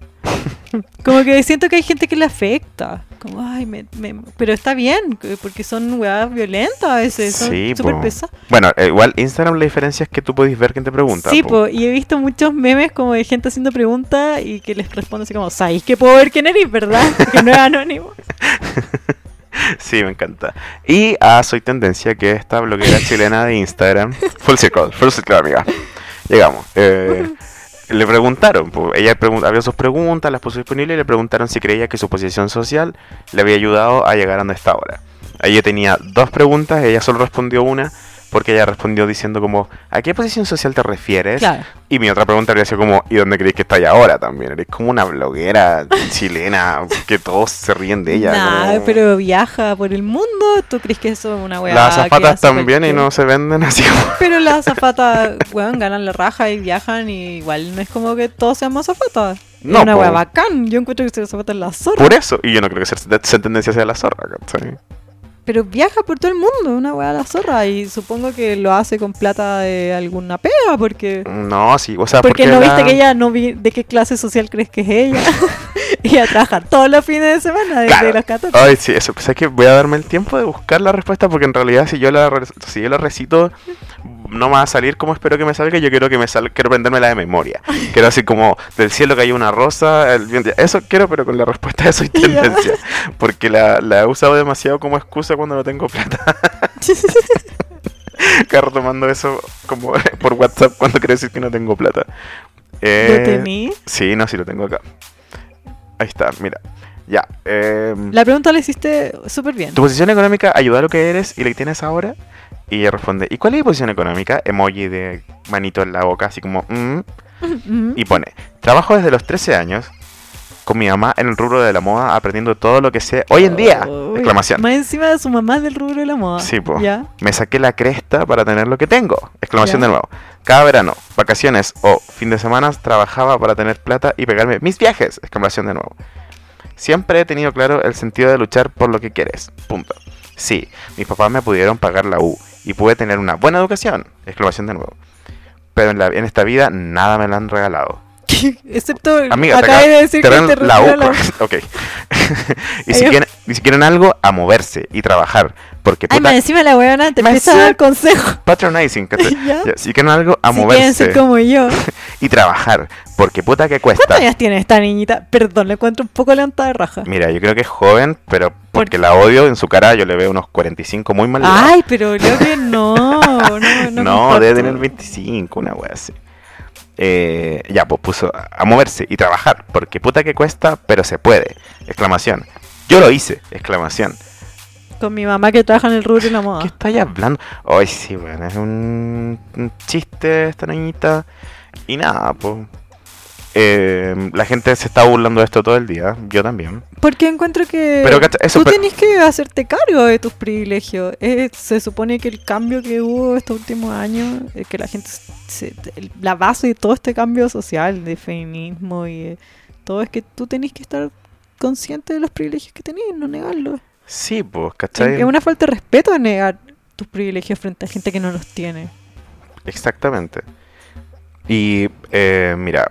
Speaker 1: Como que siento que hay gente que le afecta. Como, ay, me, me- pero está bien, porque son weas violentas a veces, son
Speaker 2: Sí,
Speaker 1: súper
Speaker 2: po.
Speaker 1: pesadas.
Speaker 2: Bueno, eh, igual Instagram la diferencia es que tú podéis ver quién te pregunta.
Speaker 1: Sí,
Speaker 2: po.
Speaker 1: po, y he visto muchos memes como de gente haciendo preguntas y que les responde así como, ¿sabéis que puedo ver quién eres, verdad? Que no es anónimo.
Speaker 2: Sí, me encanta. Y a Soy Tendencia, que es esta bloguera chilena de Instagram. Full circle, full circle, amiga. Llegamos. Eh, le preguntaron, pues, ella pregun- había sus preguntas, las puso disponibles y le preguntaron si creía que su posición social le había ayudado a llegar a donde está ahora. Ella tenía dos preguntas, ella solo respondió una, porque ella respondió diciendo como, ¿a qué posición social te refieres?
Speaker 1: Claro.
Speaker 2: Y mi otra pregunta habría sido como, ¿y dónde creéis que estáis ahora también? Eres como una bloguera chilena, que todos se ríen de ella.
Speaker 1: Nah,
Speaker 2: como-
Speaker 1: pero viaja por el mundo, ¿tú crees que eso es una wea?
Speaker 2: las
Speaker 1: que
Speaker 2: zapatas
Speaker 1: hace
Speaker 2: también y
Speaker 1: cualquiera?
Speaker 2: no se venden así como...
Speaker 1: Pero las azafatas, weón, ganan la raja y viajan y igual no es como que todos seamos azafatas.
Speaker 2: No,
Speaker 1: es una
Speaker 2: po.
Speaker 1: wea bacán. Yo encuentro que ser azafata es la zorra.
Speaker 2: Por eso. Y yo no creo que ser, ser tendencia sea la zorra, ¿cachai?
Speaker 1: Pero viaja por todo el mundo, una wea la zorra. Y supongo que lo hace con plata de alguna pega, porque...
Speaker 2: No, sí, o sea,
Speaker 1: Porque,
Speaker 2: Ah, porque
Speaker 1: no
Speaker 2: la-
Speaker 1: viste que ella no vi de qué clase social crees que es ella. ella trabaja todos los fines de semana desde
Speaker 2: Claro.
Speaker 1: los 14.
Speaker 2: Ay, sí, eso. Pues es que voy a darme el tiempo de buscar la respuesta porque en realidad si yo la, re- si yo la recito no me va a salir como espero que me salga. Yo quiero que me salga, quiero aprendérmela de memoria. Quiero así como del cielo cayó una rosa. el viento- Eso quiero, pero con la respuesta de soy
Speaker 1: Ya.
Speaker 2: tendencia. Porque la, la he usado demasiado como excusa cuando no tengo plata. Carro tomando eso como por WhatsApp cuando quiero decir que no tengo plata. Eh,
Speaker 1: Lo tení.
Speaker 2: Sí, no, sí lo tengo acá. Ahí está, mira. Ya. eh,
Speaker 1: La pregunta la hiciste súper bien.
Speaker 2: tu posición económica ayuda a lo que eres y lo que tienes ahora. Y ella responde, ¿y cuál es mi posición económica? Emoji de manito en la boca, así como... "Mm".
Speaker 1: Ujú.
Speaker 2: Y pone, trabajo desde los 13 años con mi mamá en el rubro de la moda, aprendiendo todo lo que sé hoy en día.
Speaker 1: Uy,
Speaker 2: Exclamación.
Speaker 1: Más encima de su mamá del rubro de la moda.
Speaker 2: Sí, po.
Speaker 1: Ya.
Speaker 2: Me saqué la cresta para tener lo que tengo. Exclamación
Speaker 1: Ya.
Speaker 2: de nuevo. Cada verano, vacaciones o fin de semana trabajaba para tener plata y pegarme mis viajes. Exclamación de nuevo. Siempre he tenido claro el sentido de luchar por lo que quieres. Punto. Sí, mis papás me pudieron pagar la U y pude tener una buena educación. Exclamación de nuevo. Pero en, la- en esta vida nada me la han regalado.
Speaker 1: Excepto
Speaker 2: Amiga, te
Speaker 1: acabas
Speaker 2: acabo-
Speaker 1: de decir
Speaker 2: te
Speaker 1: que
Speaker 2: dan
Speaker 1: te
Speaker 2: la
Speaker 1: refiero a
Speaker 2: U.
Speaker 1: la
Speaker 2: ok. y, si
Speaker 1: Ay,
Speaker 2: quieren, y si quieren algo, a moverse y trabajar. Porque
Speaker 1: Ay,
Speaker 2: puta,
Speaker 1: más encima la weona te
Speaker 2: Más
Speaker 1: empieza a dar
Speaker 2: encima-
Speaker 1: consejos.
Speaker 2: patronizing. ¿cachai?
Speaker 1: Ya.
Speaker 2: Ya, si quieren algo, a
Speaker 1: si quieren
Speaker 2: moverse
Speaker 1: ser como yo.
Speaker 2: y trabajar. Porque puta que cuesta.
Speaker 1: ¿Cuántos años tiene esta niñita? Perdón, le encuentro un poco lenta de raja.
Speaker 2: Mira, yo creo que es joven, pero porque la odio en su cara, yo le veo unos 45 muy mal. librados.
Speaker 1: Ay, pero creo que no. No, no,
Speaker 2: no,
Speaker 1: comparto.
Speaker 2: debe tener 25, una wea así. Eh, ya, pues puso a a moverse y trabajar, porque puta que cuesta, pero se puede. Exclamación. Yo lo hice, exclamación.
Speaker 1: Con mi mamá que trabaja en el rubro y la
Speaker 2: ¿Qué
Speaker 1: moda.
Speaker 2: estáis hablando? Ay, sí, bueno, es un, un chiste esta niñita. Y nada, pues. Eh, la gente se está burlando de esto todo el día, yo también.
Speaker 1: Porque encuentro que
Speaker 2: Pero, cacha, eso,
Speaker 1: tú
Speaker 2: pero-
Speaker 1: tenés que hacerte cargo de tus privilegios. Eh, se supone que el cambio que hubo estos últimos años, eh, que la gente, se- el- la base de todo este cambio social, de feminismo y eh, todo, es que tú tenés que estar consciente de los privilegios que tenés, no negarlos.
Speaker 2: Sí, pues, ¿cachai?
Speaker 1: Es una falta de respeto negar tus privilegios frente a gente que no los tiene.
Speaker 2: Exactamente. Y, eh, mira,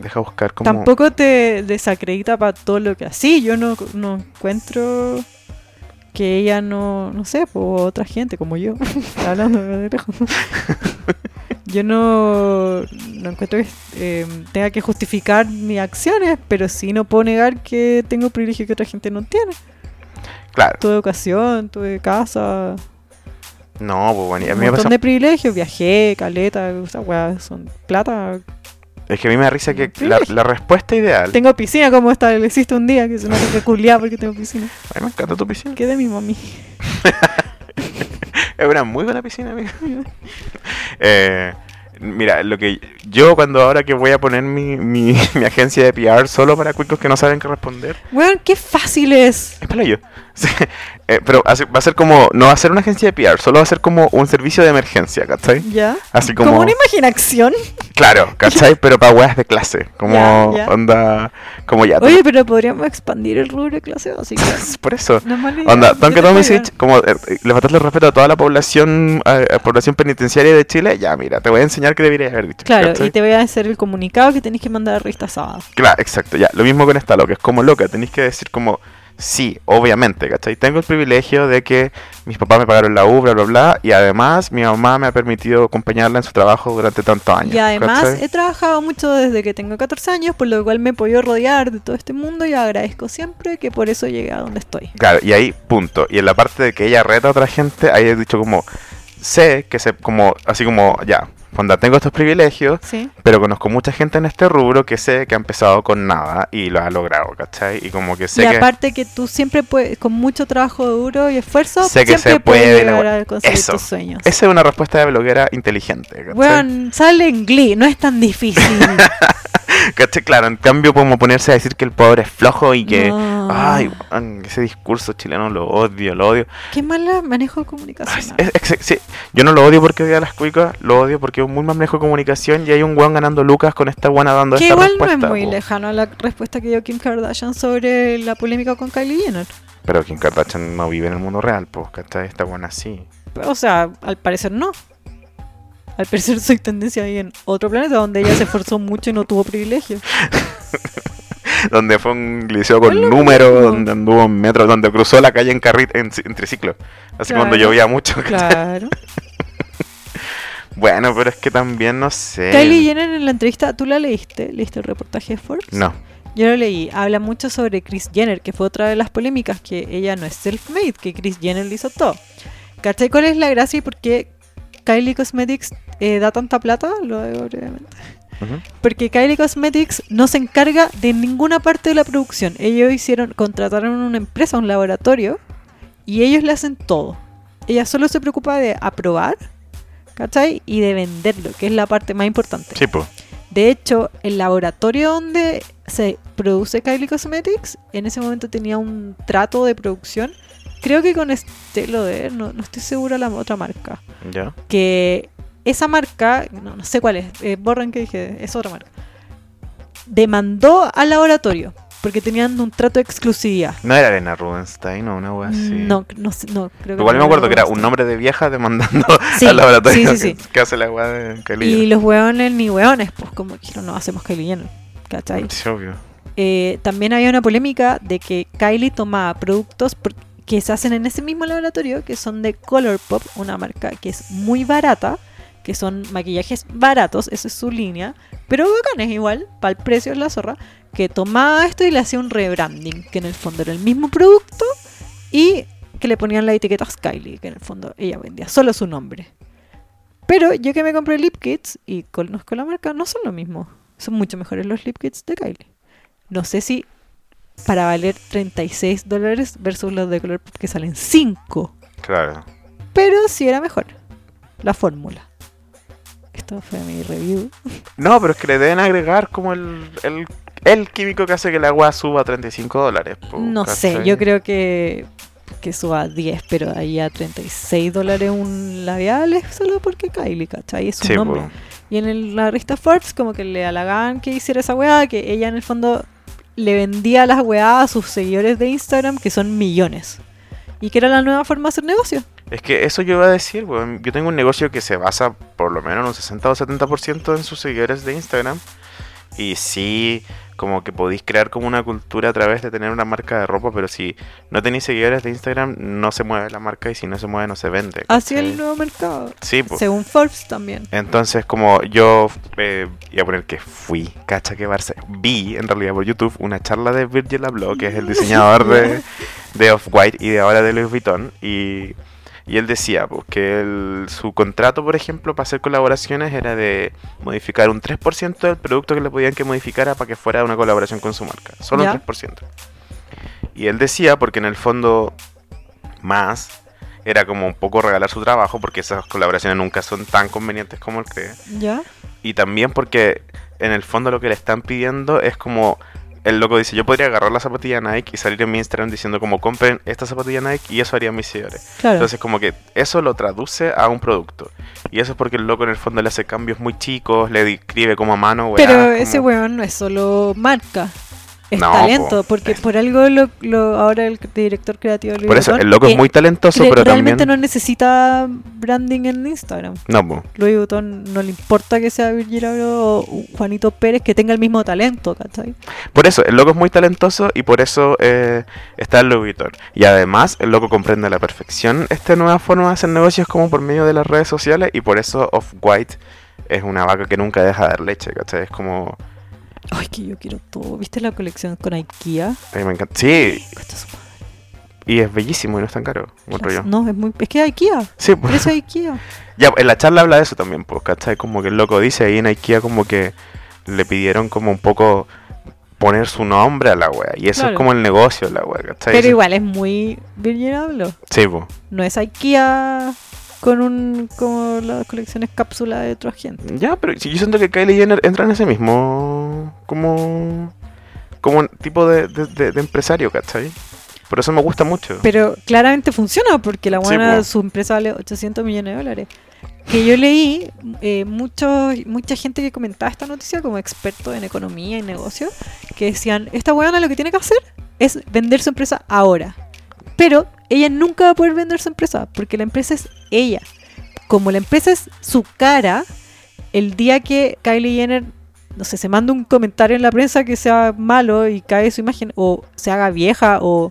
Speaker 2: deja buscar como...
Speaker 1: Tampoco te desacredita para todo lo que así. Yo no, no encuentro que ella no, no sé, o otra gente como yo, Está hablando de lejos. Yo no, no encuentro que eh, tenga que justificar mis acciones, pero sí no puedo negar que tengo privilegios que otra gente no tiene.
Speaker 2: Claro.
Speaker 1: Tuve educación, tuve casa,
Speaker 2: No, pues, bueno, y a
Speaker 1: un
Speaker 2: mí me
Speaker 1: montón
Speaker 2: pasa...
Speaker 1: de privilegios, viajé, caleta, esas weas son plata.
Speaker 2: Es que a mí me da risa que la,
Speaker 1: Privilegio.
Speaker 2: la respuesta ideal...
Speaker 1: Tengo piscina como estableciste un día, que se me hace peculiar porque tengo piscina.
Speaker 2: Ay, me encanta tu piscina.
Speaker 1: Qué de mi mami.
Speaker 2: Es una muy buena piscina, amiga. Eh, mira, lo que yo cuando ahora que voy a poner mi, mi, mi agencia de PR solo para cuicos que no saben qué responder,
Speaker 1: Weón, qué fácil es.
Speaker 2: es para yo. Sí, eh, pero hace- va a ser como, no va a ser una agencia de PR, solo va a ser como un servicio de emergencia, ¿cachai?
Speaker 1: ¿Ya?
Speaker 2: Así
Speaker 1: Como,
Speaker 2: como...
Speaker 1: una imaginación.
Speaker 2: Claro, ¿cachai? Pero para weas de clase, como
Speaker 1: Ya, ya.
Speaker 2: onda, como ya...
Speaker 1: Oye, pero podríamos expandir el rubro de clase básica.
Speaker 2: por eso.
Speaker 1: No es mala idea.
Speaker 2: Onda,
Speaker 1: Yo
Speaker 2: Tonka
Speaker 1: te
Speaker 2: Tomisic,
Speaker 1: apoyo.
Speaker 2: como eh, eh, le faltaste el respeto a toda la población eh, eh, población penitenciaria de Chile, ya mira, te voy a enseñar que deberías haber dicho.
Speaker 1: Claro,
Speaker 2: ¿cachai?
Speaker 1: y te voy a hacer el comunicado que tenés que mandar a revista sábado.
Speaker 2: Claro, exacto, ya. Lo mismo con esta loca, es como loca, tenéis que decir como, sí, obviamente, ¿cachai? Tengo el privilegio de que mis papás me pagaron la U, bla, bla, bla, y además mi mamá me ha permitido acompañarla en su trabajo durante tantos años.
Speaker 1: Y además
Speaker 2: Ah, ¿cachai?
Speaker 1: he trabajado mucho desde que tengo 14 años, por lo cual me he podido rodear de todo este mundo y agradezco siempre que por eso llegué a donde estoy.
Speaker 2: Claro, y ahí, punto. Y en la parte de que ella reta a otra gente, ahí he dicho como, sé que se, como, así como, ya, cuando tengo estos privilegios,
Speaker 1: ¿Sí?
Speaker 2: pero conozco mucha gente en este rubro que sé que ha empezado con nada y lo ha logrado, ¿cachai? Y como que sé
Speaker 1: y
Speaker 2: que...
Speaker 1: aparte que tú siempre puedes, con mucho trabajo duro y esfuerzo,
Speaker 2: Sé que
Speaker 1: siempre
Speaker 2: se
Speaker 1: puedes
Speaker 2: puede,
Speaker 1: llegar
Speaker 2: la-
Speaker 1: a conseguir
Speaker 2: Eso.
Speaker 1: tus sueños.
Speaker 2: Esa es una respuesta de bloguera inteligente, ¿cachai?
Speaker 1: Weón, sale en Glee, no es tan difícil.
Speaker 2: ¿Cachai? Claro, en cambio como ponerse a decir que el pobre es flojo y que...
Speaker 1: No.
Speaker 2: Ay, weón, ese discurso chileno lo odio, lo odio.
Speaker 1: Qué mala manejo de
Speaker 2: Ay,
Speaker 1: comunicación.
Speaker 2: es- es- sí, Yo no lo odio porque odia a las cuicas, lo odio porque es un muy mal manejo de comunicación y hay un weón ganando lucas con esta buena dando
Speaker 1: que
Speaker 2: esta
Speaker 1: igual no es
Speaker 2: respuesta.
Speaker 1: muy
Speaker 2: po.
Speaker 1: lejano a la respuesta que dio Kim Kardashian sobre la polémica con Kylie Jenner.
Speaker 2: Pero Kim Kardashian no vive en el mundo real, pues, ¿cachai? Está buena así.
Speaker 1: O sea, al parecer no. Al parecer soy tendencia ahí en otro planeta donde ella se esforzó mucho y no tuvo privilegio.
Speaker 2: donde fue un liceo con
Speaker 1: Es lo
Speaker 2: números,
Speaker 1: mismo.
Speaker 2: donde anduvo en metro, donde cruzó la calle en carril, en, ci- en triciclo. Así
Speaker 1: Claro.
Speaker 2: cuando llovía mucho.
Speaker 1: Claro.
Speaker 2: Bueno, pero es que también no sé.
Speaker 1: Kylie Jenner en la entrevista, ¿tú la leíste? ¿Leíste el reportaje de Forbes?
Speaker 2: No.
Speaker 1: Yo lo leí. Habla mucho sobre Kris Jenner, que fue otra de las polémicas, que ella no es self-made, que Kris Jenner le hizo todo. ¿Cachai cuál es la gracia y por qué Kylie Cosmetics eh, da tanta plata? Lo digo brevemente.
Speaker 2: Ujú.
Speaker 1: Porque Kylie Cosmetics no se encarga de ninguna parte de la producción. Ellos hicieron, contrataron una empresa, un laboratorio, y ellos le hacen todo. Ella solo se preocupa de aprobar, ¿cachai? Y de venderlo, que es la parte más importante.
Speaker 2: Sí, pues.
Speaker 1: De hecho, el laboratorio donde se produce Kylie Cosmetics, en ese momento tenía un trato de producción, creo que con Estelo de, no, no estoy segura la otra marca
Speaker 2: Ya.
Speaker 1: que esa marca, no, no sé cuál es, eh, borren que dije, es otra marca, demandó al laboratorio porque tenían un trato de exclusividad. Mm,
Speaker 2: No era Elena Rubenstein o una wea así.
Speaker 1: No, no, sé- no, creo que
Speaker 2: Igual
Speaker 1: no
Speaker 2: me acuerdo que era
Speaker 1: Rolling
Speaker 2: un nombre de vieja demandando
Speaker 1: Stone. Sí,
Speaker 2: al laboratorio
Speaker 1: Sí, sí,
Speaker 2: que-
Speaker 1: sí.
Speaker 2: Que, hace la weá de Kylie.
Speaker 1: Y los hueones ni hueones, pues como dijeron, no hacemos Kylie Jenner, ¿cachai?
Speaker 2: Sí, obvio.
Speaker 1: Eh, también había una polémica de que Kylie tomaba productos por- que se hacen en ese mismo laboratorio, que son de Colourpop, una marca que es muy barata, que son maquillajes baratos, esa es su línea, pero bacanes igual, para el precio es la zorra, que tomaba esto y le hacía un rebranding, que en el fondo era el mismo producto y que le ponían las etiquetas Kylie, que en el fondo ella vendía solo su nombre. Pero yo que me compré Lip Kits y conozco la marca, no son lo mismo. Son mucho mejores los Lip Kits de Kylie. No sé si para valer 36 dólares versus los de color que salen 5.
Speaker 2: Claro.
Speaker 1: Pero sí era mejor. La fórmula. Esto fue mi review.
Speaker 2: No, pero es que le deben agregar como el, el, el químico que hace que la agua suba a 35 dólares. po,
Speaker 1: No sé,
Speaker 2: ¿cachai?
Speaker 1: yo creo que, que suba a 10, pero ahí a 36 dólares un labial es solo porque Kylie, ¿cachai? Es un
Speaker 2: Sí, po.
Speaker 1: nombre. Y en el- la revista Forbes como que le halagaban que hiciera esa weá, que ella en el fondo le vendía las weá a sus seguidores de Instagram, que son millones. Y que era la nueva forma de hacer negocio.
Speaker 2: Es que eso yo iba a decir, weón. Yo tengo un negocio que se basa por lo menos en un 60 o 70% en sus seguidores de Instagram. Y sí, como que podéis crear como una cultura a través de tener una marca de ropa, pero si no tenéis seguidores de Instagram, no se mueve la marca y si no se mueve, no se vende.
Speaker 1: Hacia
Speaker 2: ¿cachai?
Speaker 1: Ah, el nuevo mercado.
Speaker 2: Sí, po.
Speaker 1: Según Forbes también.
Speaker 2: Entonces, como yo eh, iba a poner que fui, cacha que Barça, vi en realidad por YouTube una charla de Virgil Abloh, que es el diseñador de, de Off-White y de ahora de Louis Vuitton, y, y él decía pues, que él- su contrato, por ejemplo, para hacer colaboraciones era de modificar un 3% del producto que le podían que modificara para que fuera una colaboración con su marca, solo
Speaker 1: Ya.
Speaker 2: un 3%. Y él decía, porque en el fondo más era como un poco regalar su trabajo porque esas colaboraciones nunca son tan convenientes como él cree.
Speaker 1: ¿Ya?
Speaker 2: Y también porque en el fondo lo que le están pidiendo es como el loco dice, yo podría agarrar la zapatilla Nike y salir en mi Instagram diciendo como compren esta zapatilla Nike y eso harían mis seguidores.
Speaker 1: Claro.
Speaker 2: Entonces como que eso lo traduce a un producto. Y eso es porque el loco en el fondo le hace cambios muy chicos, le describe como a mano. weá,
Speaker 1: Pero
Speaker 2: como-
Speaker 1: ese weón no es solo marca. Es
Speaker 2: No,
Speaker 1: talento,
Speaker 2: po.
Speaker 1: porque
Speaker 2: Es-
Speaker 1: por algo lo, lo- ahora el director creativo de Louis
Speaker 2: Por eso,
Speaker 1: Vuitton,
Speaker 2: el loco es
Speaker 1: eh,
Speaker 2: muy talentoso,
Speaker 1: cre-
Speaker 2: pero
Speaker 1: realmente
Speaker 2: también...
Speaker 1: no necesita branding en Instagram.
Speaker 2: No, po.
Speaker 1: Louis Vuitton no le importa que sea Virgil Abloh o Juanito Pérez que tenga el mismo talento, ¿cachai?
Speaker 2: Por eso, el loco es muy talentoso y por eso eh, está el Louis Vuitton. Y además, el loco comprende a la perfección esta nueva forma de hacer negocios como por medio de las redes sociales y por eso Off-White es una vaca que nunca deja de dar leche, ¿cachai? Es como...
Speaker 1: Ay, que yo quiero todo. ¿Viste la colección con IKEA?
Speaker 2: A mí me encanta. Sí,
Speaker 1: Cuesta su madre.
Speaker 2: y es bellísimo y no es tan caro, encuentro yo.
Speaker 1: No, es, muy, es que es IKEA.
Speaker 2: Sí, pues.
Speaker 1: Precio de IKEA.
Speaker 2: Ya, en la charla habla de eso también, pues, ¿cachai? Como que el loco dice ahí en IKEA como que le pidieron como un poco poner su nombre a la wea. Y eso
Speaker 1: Claro.
Speaker 2: es como el negocio de la wea, ¿cachai?
Speaker 1: Pero igual es muy Virgil Abloh.
Speaker 2: Sí, pues.
Speaker 1: No es IKEA con un como las colecciones cápsula de otra gente.
Speaker 2: Ya, pero si yo siento que Kylie Jenner entra en ese mismo. como. como un tipo de, de- de- de empresario, ¿cachai? Por eso me gusta mucho.
Speaker 1: Pero claramente funciona porque la
Speaker 2: Sí,
Speaker 1: buena
Speaker 2: po.
Speaker 1: su empresa vale 800 millones de dólares. Que yo leí eh, mucho- mucha gente que comentaba esta noticia como experto en economía y negocio, que decían, esta weona lo que tiene que hacer es vender su empresa ahora. Pero ella nunca va a poder vender su empresa porque la empresa es ella. Como la empresa es su cara, el día que Kylie Jenner, no sé, se manda un comentario en la prensa que sea malo y cae su imagen, o se haga vieja, o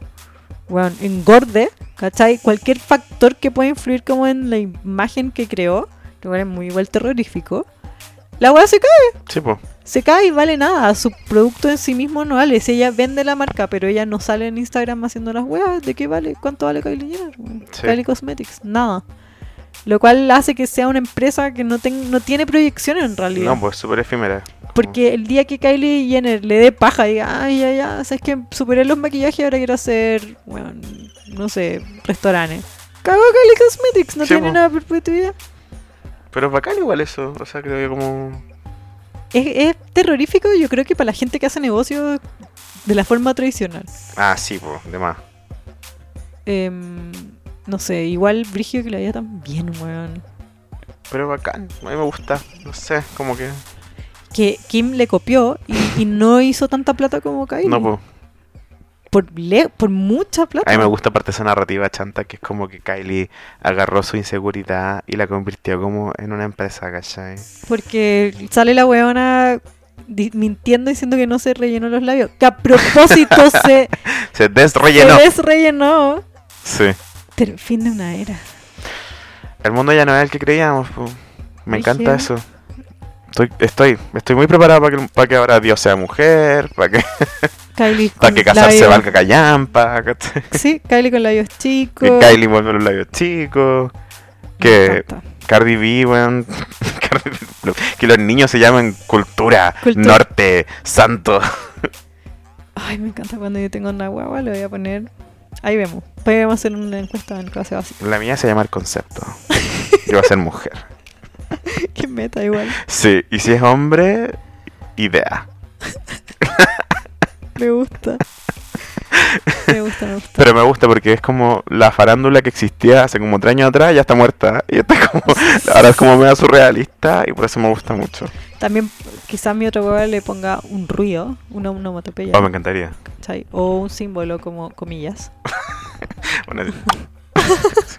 Speaker 1: weón, engorde, ¿cachai? Cualquier factor que pueda influir como en la imagen que creó, lo cual es muy igual terrorífico, la weá se cae,
Speaker 2: Sí, pues.
Speaker 1: se cae y vale nada, su producto en sí mismo no vale, si ella vende la marca, pero ella no sale en Instagram haciendo las weas, ¿de qué vale? ¿Cuánto vale Kylie Jenner? weón?
Speaker 2: Sí.
Speaker 1: Kylie Cosmetics, nada. Lo cual hace que sea una empresa que no, ten- no tiene proyección en realidad.
Speaker 2: No, pues súper efímera.
Speaker 1: Porque el día que Kylie Jenner le dé paja, diga, ay, ya, ya, sabes que superé los maquillajes, ahora quiero hacer, bueno, no sé, restaurantes. Cago Kylie Cosmetics, no
Speaker 2: Sí,
Speaker 1: tiene
Speaker 2: po.
Speaker 1: nada de perpetuidad.
Speaker 2: Pero es bacán igual eso. O sea, creo que como.
Speaker 1: Es, es terrorífico, yo creo que para la gente que hace negocios de la forma tradicional.
Speaker 2: Ah, sí, pues, de más.
Speaker 1: Em, no sé, igual Brigio que lo haya tan bien, weón.
Speaker 2: Pero bacán. A mí me gusta. No sé, como que.
Speaker 1: Que Kim le copió y, y no hizo tanta plata como Kylie.
Speaker 2: No, pues.
Speaker 1: por, le- por mucha
Speaker 2: A
Speaker 1: plata.
Speaker 2: mí me gusta aparte esa narrativa chanta que es como que Kylie agarró su inseguridad y la convirtió como en una empresa, ¿cachai?
Speaker 1: Porque sale la weona di- mintiendo diciendo que no se rellenó los labios. Que a propósito se,
Speaker 2: Se
Speaker 1: se
Speaker 2: desrellenó.
Speaker 1: desrellenó.
Speaker 2: Sí.
Speaker 1: Pero fin de una era.
Speaker 2: El mundo ya no es el que creíamos. po. Me encanta
Speaker 1: Brígido.
Speaker 2: eso. Estoy, estoy, estoy muy preparado para que, para que ahora Dios sea mujer, para que,
Speaker 1: Kylie
Speaker 2: para que
Speaker 1: con
Speaker 2: casarse
Speaker 1: labios-
Speaker 2: valga callampa, ¿cachai?
Speaker 1: Sí, Kylie con labios chicos.
Speaker 2: que Kylie vuelve los labios chicos,
Speaker 1: Me
Speaker 2: que
Speaker 1: encanta.
Speaker 2: Cardi B, weón, Cardi B, que los niños se llamen cultura,
Speaker 1: Cultura.
Speaker 2: norte, santo.
Speaker 1: Ay, me encanta cuando yo tengo una guagua, le voy a poner. Ahí vemos. Podemos hacer una encuesta en clase básica.
Speaker 2: La mía se llama el concepto. Yo voy a ser mujer.
Speaker 1: Qué meta igual.
Speaker 2: Sí, y si es hombre, idea.
Speaker 1: Me gusta. Me gusta, me gusta.
Speaker 2: Pero me gusta porque es como la farándula que existía hace como tres años atrás, ya está muerta. Y está como, ahora es como medio surrealista y por eso me gusta mucho.
Speaker 1: También quizás mi otra guagua le ponga un ruido, una onomatopeya.
Speaker 2: Oh, me encantaría.
Speaker 1: ¿cachai? O un símbolo como comillas.
Speaker 2: Bueno,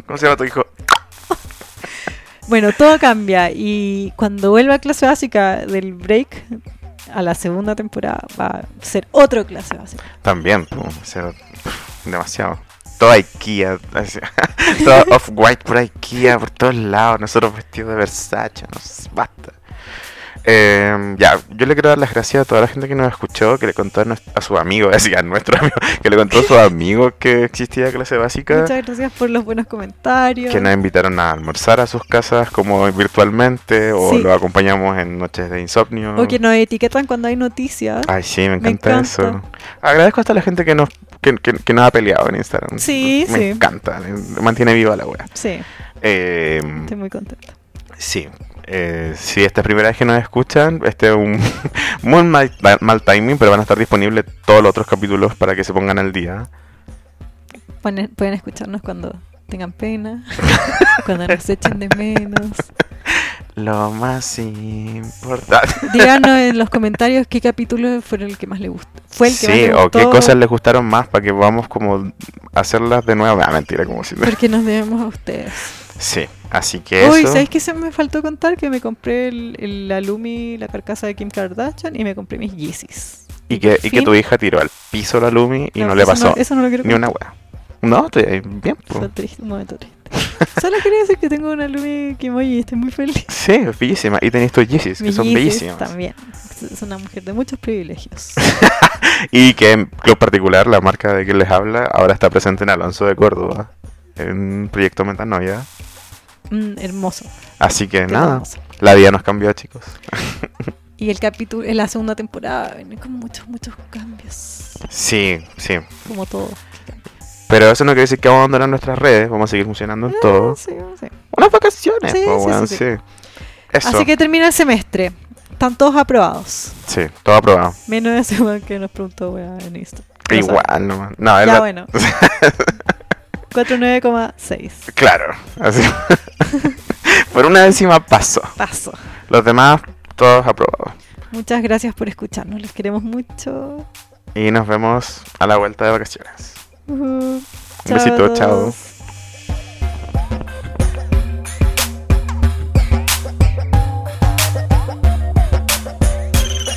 Speaker 2: ¿Cómo se llama tu hijo?
Speaker 1: Bueno, todo cambia y cuando vuelva a clase básica del break a la segunda temporada va a ser otro clase básica.
Speaker 2: También, po, o sea, demasiado. Todo IKEA, así, todo off-white por IKEA, por todos lados, nosotros vestidos de Versace, no sé, basta. Eh, ya, yo le quiero dar las gracias a toda la gente que nos escuchó, que le contó a, nues- a su amigo, así, a nuestro amigo, que le contó a su amigo que existía clase básica,
Speaker 1: Muchas gracias por los buenos comentarios.
Speaker 2: que nos invitaron a almorzar a sus casas como virtualmente, o
Speaker 1: Sí.
Speaker 2: los acompañamos en noches de insomnio.
Speaker 1: O que nos etiquetan cuando hay noticias.
Speaker 2: Ay, sí, me
Speaker 1: Me
Speaker 2: encanta, eso.
Speaker 1: encanta.
Speaker 2: Agradezco hasta la gente que nos, que, que- que nos ha peleado en Instagram.
Speaker 1: Sí,
Speaker 2: me
Speaker 1: sí.
Speaker 2: encanta, me mantiene viva la wea.
Speaker 1: Sí,
Speaker 2: Eh,
Speaker 1: estoy muy contenta.
Speaker 2: sí, eh, si esta es primera vez que nos escuchan, este es un muy mal, mal timing, pero van a estar disponibles todos los otros capítulos para que se pongan al día.
Speaker 1: Pueden, pueden escucharnos cuando tengan pena, cuando nos echen de menos.
Speaker 2: Lo más ah, importante.
Speaker 1: Díganos en los comentarios qué capítulo fue el que más le gustó. Fue el que más
Speaker 2: Sí,
Speaker 1: le
Speaker 2: o
Speaker 1: gustó.
Speaker 2: qué cosas les gustaron más para que vamos como a hacerlas de nuevo. Ah, mentira, como si...
Speaker 1: Porque nos debemos a ustedes.
Speaker 2: Sí, así que
Speaker 1: Uy,
Speaker 2: eso...
Speaker 1: ¿sabes qué se me faltó contar? Que me compré el, el Alumi, la carcasa de Kim Kardashian y me compré mis Yeezys.
Speaker 2: Y que,
Speaker 1: por
Speaker 2: y que tu
Speaker 1: fin-
Speaker 2: hija tiró al piso la Lumi y no, le
Speaker 1: eso
Speaker 2: pasó
Speaker 1: eso no lo quiero
Speaker 2: ni una
Speaker 1: contar.
Speaker 2: hueá. No, estoy ahí bien. po.
Speaker 1: Fue triste, un momento triste. Solo quería decir que tengo una Alumi Kimoji y estoy muy feliz.
Speaker 2: Sí, es bellísima. Y tenés tus Yeezys, que
Speaker 1: Mis
Speaker 2: son
Speaker 1: Yeezys
Speaker 2: bellísimos.
Speaker 1: También. Es una mujer de muchos privilegios.
Speaker 2: Y que en Club Particular, la marca de que les habla, ahora está presente en Alonso de Córdoba, en Proyecto Metanoia.
Speaker 1: Mm, hermoso.
Speaker 2: Así que
Speaker 1: Qué
Speaker 2: nada,
Speaker 1: hermoso.
Speaker 2: la vida nos cambió, chicos.
Speaker 1: Y el capítulo, en la segunda temporada, viene con muchos, muchos cambios.
Speaker 2: Sí, sí.
Speaker 1: Como todo.
Speaker 2: Pero eso no quiere decir que vamos a abandonar nuestras redes, vamos a seguir funcionando en
Speaker 1: Ah,
Speaker 2: todo.
Speaker 1: sí, sí.
Speaker 2: Unas vacaciones,
Speaker 1: Sí,
Speaker 2: po,
Speaker 1: sí,
Speaker 2: weón,
Speaker 1: sí,
Speaker 2: sí,
Speaker 1: sí.
Speaker 2: Eso,
Speaker 1: Así que termina el semestre. Están todos aprobados.
Speaker 2: sí, todo aprobado.
Speaker 1: Menos ese weón que nos preguntó weá, en Insta. Ya
Speaker 2: Igual, no, no,
Speaker 1: sabe.
Speaker 2: es
Speaker 1: Ya
Speaker 2: la-
Speaker 1: bueno. 49,6.
Speaker 2: Claro, así. Por una décima paso.
Speaker 1: Paso.
Speaker 2: Los demás, todos aprobados.
Speaker 1: Muchas gracias por escucharnos. Los queremos mucho.
Speaker 2: Y nos vemos a la vuelta de vacaciones.
Speaker 1: Ujú.
Speaker 2: besito,
Speaker 1: Uh-huh. a
Speaker 2: chao.
Speaker 1: todos.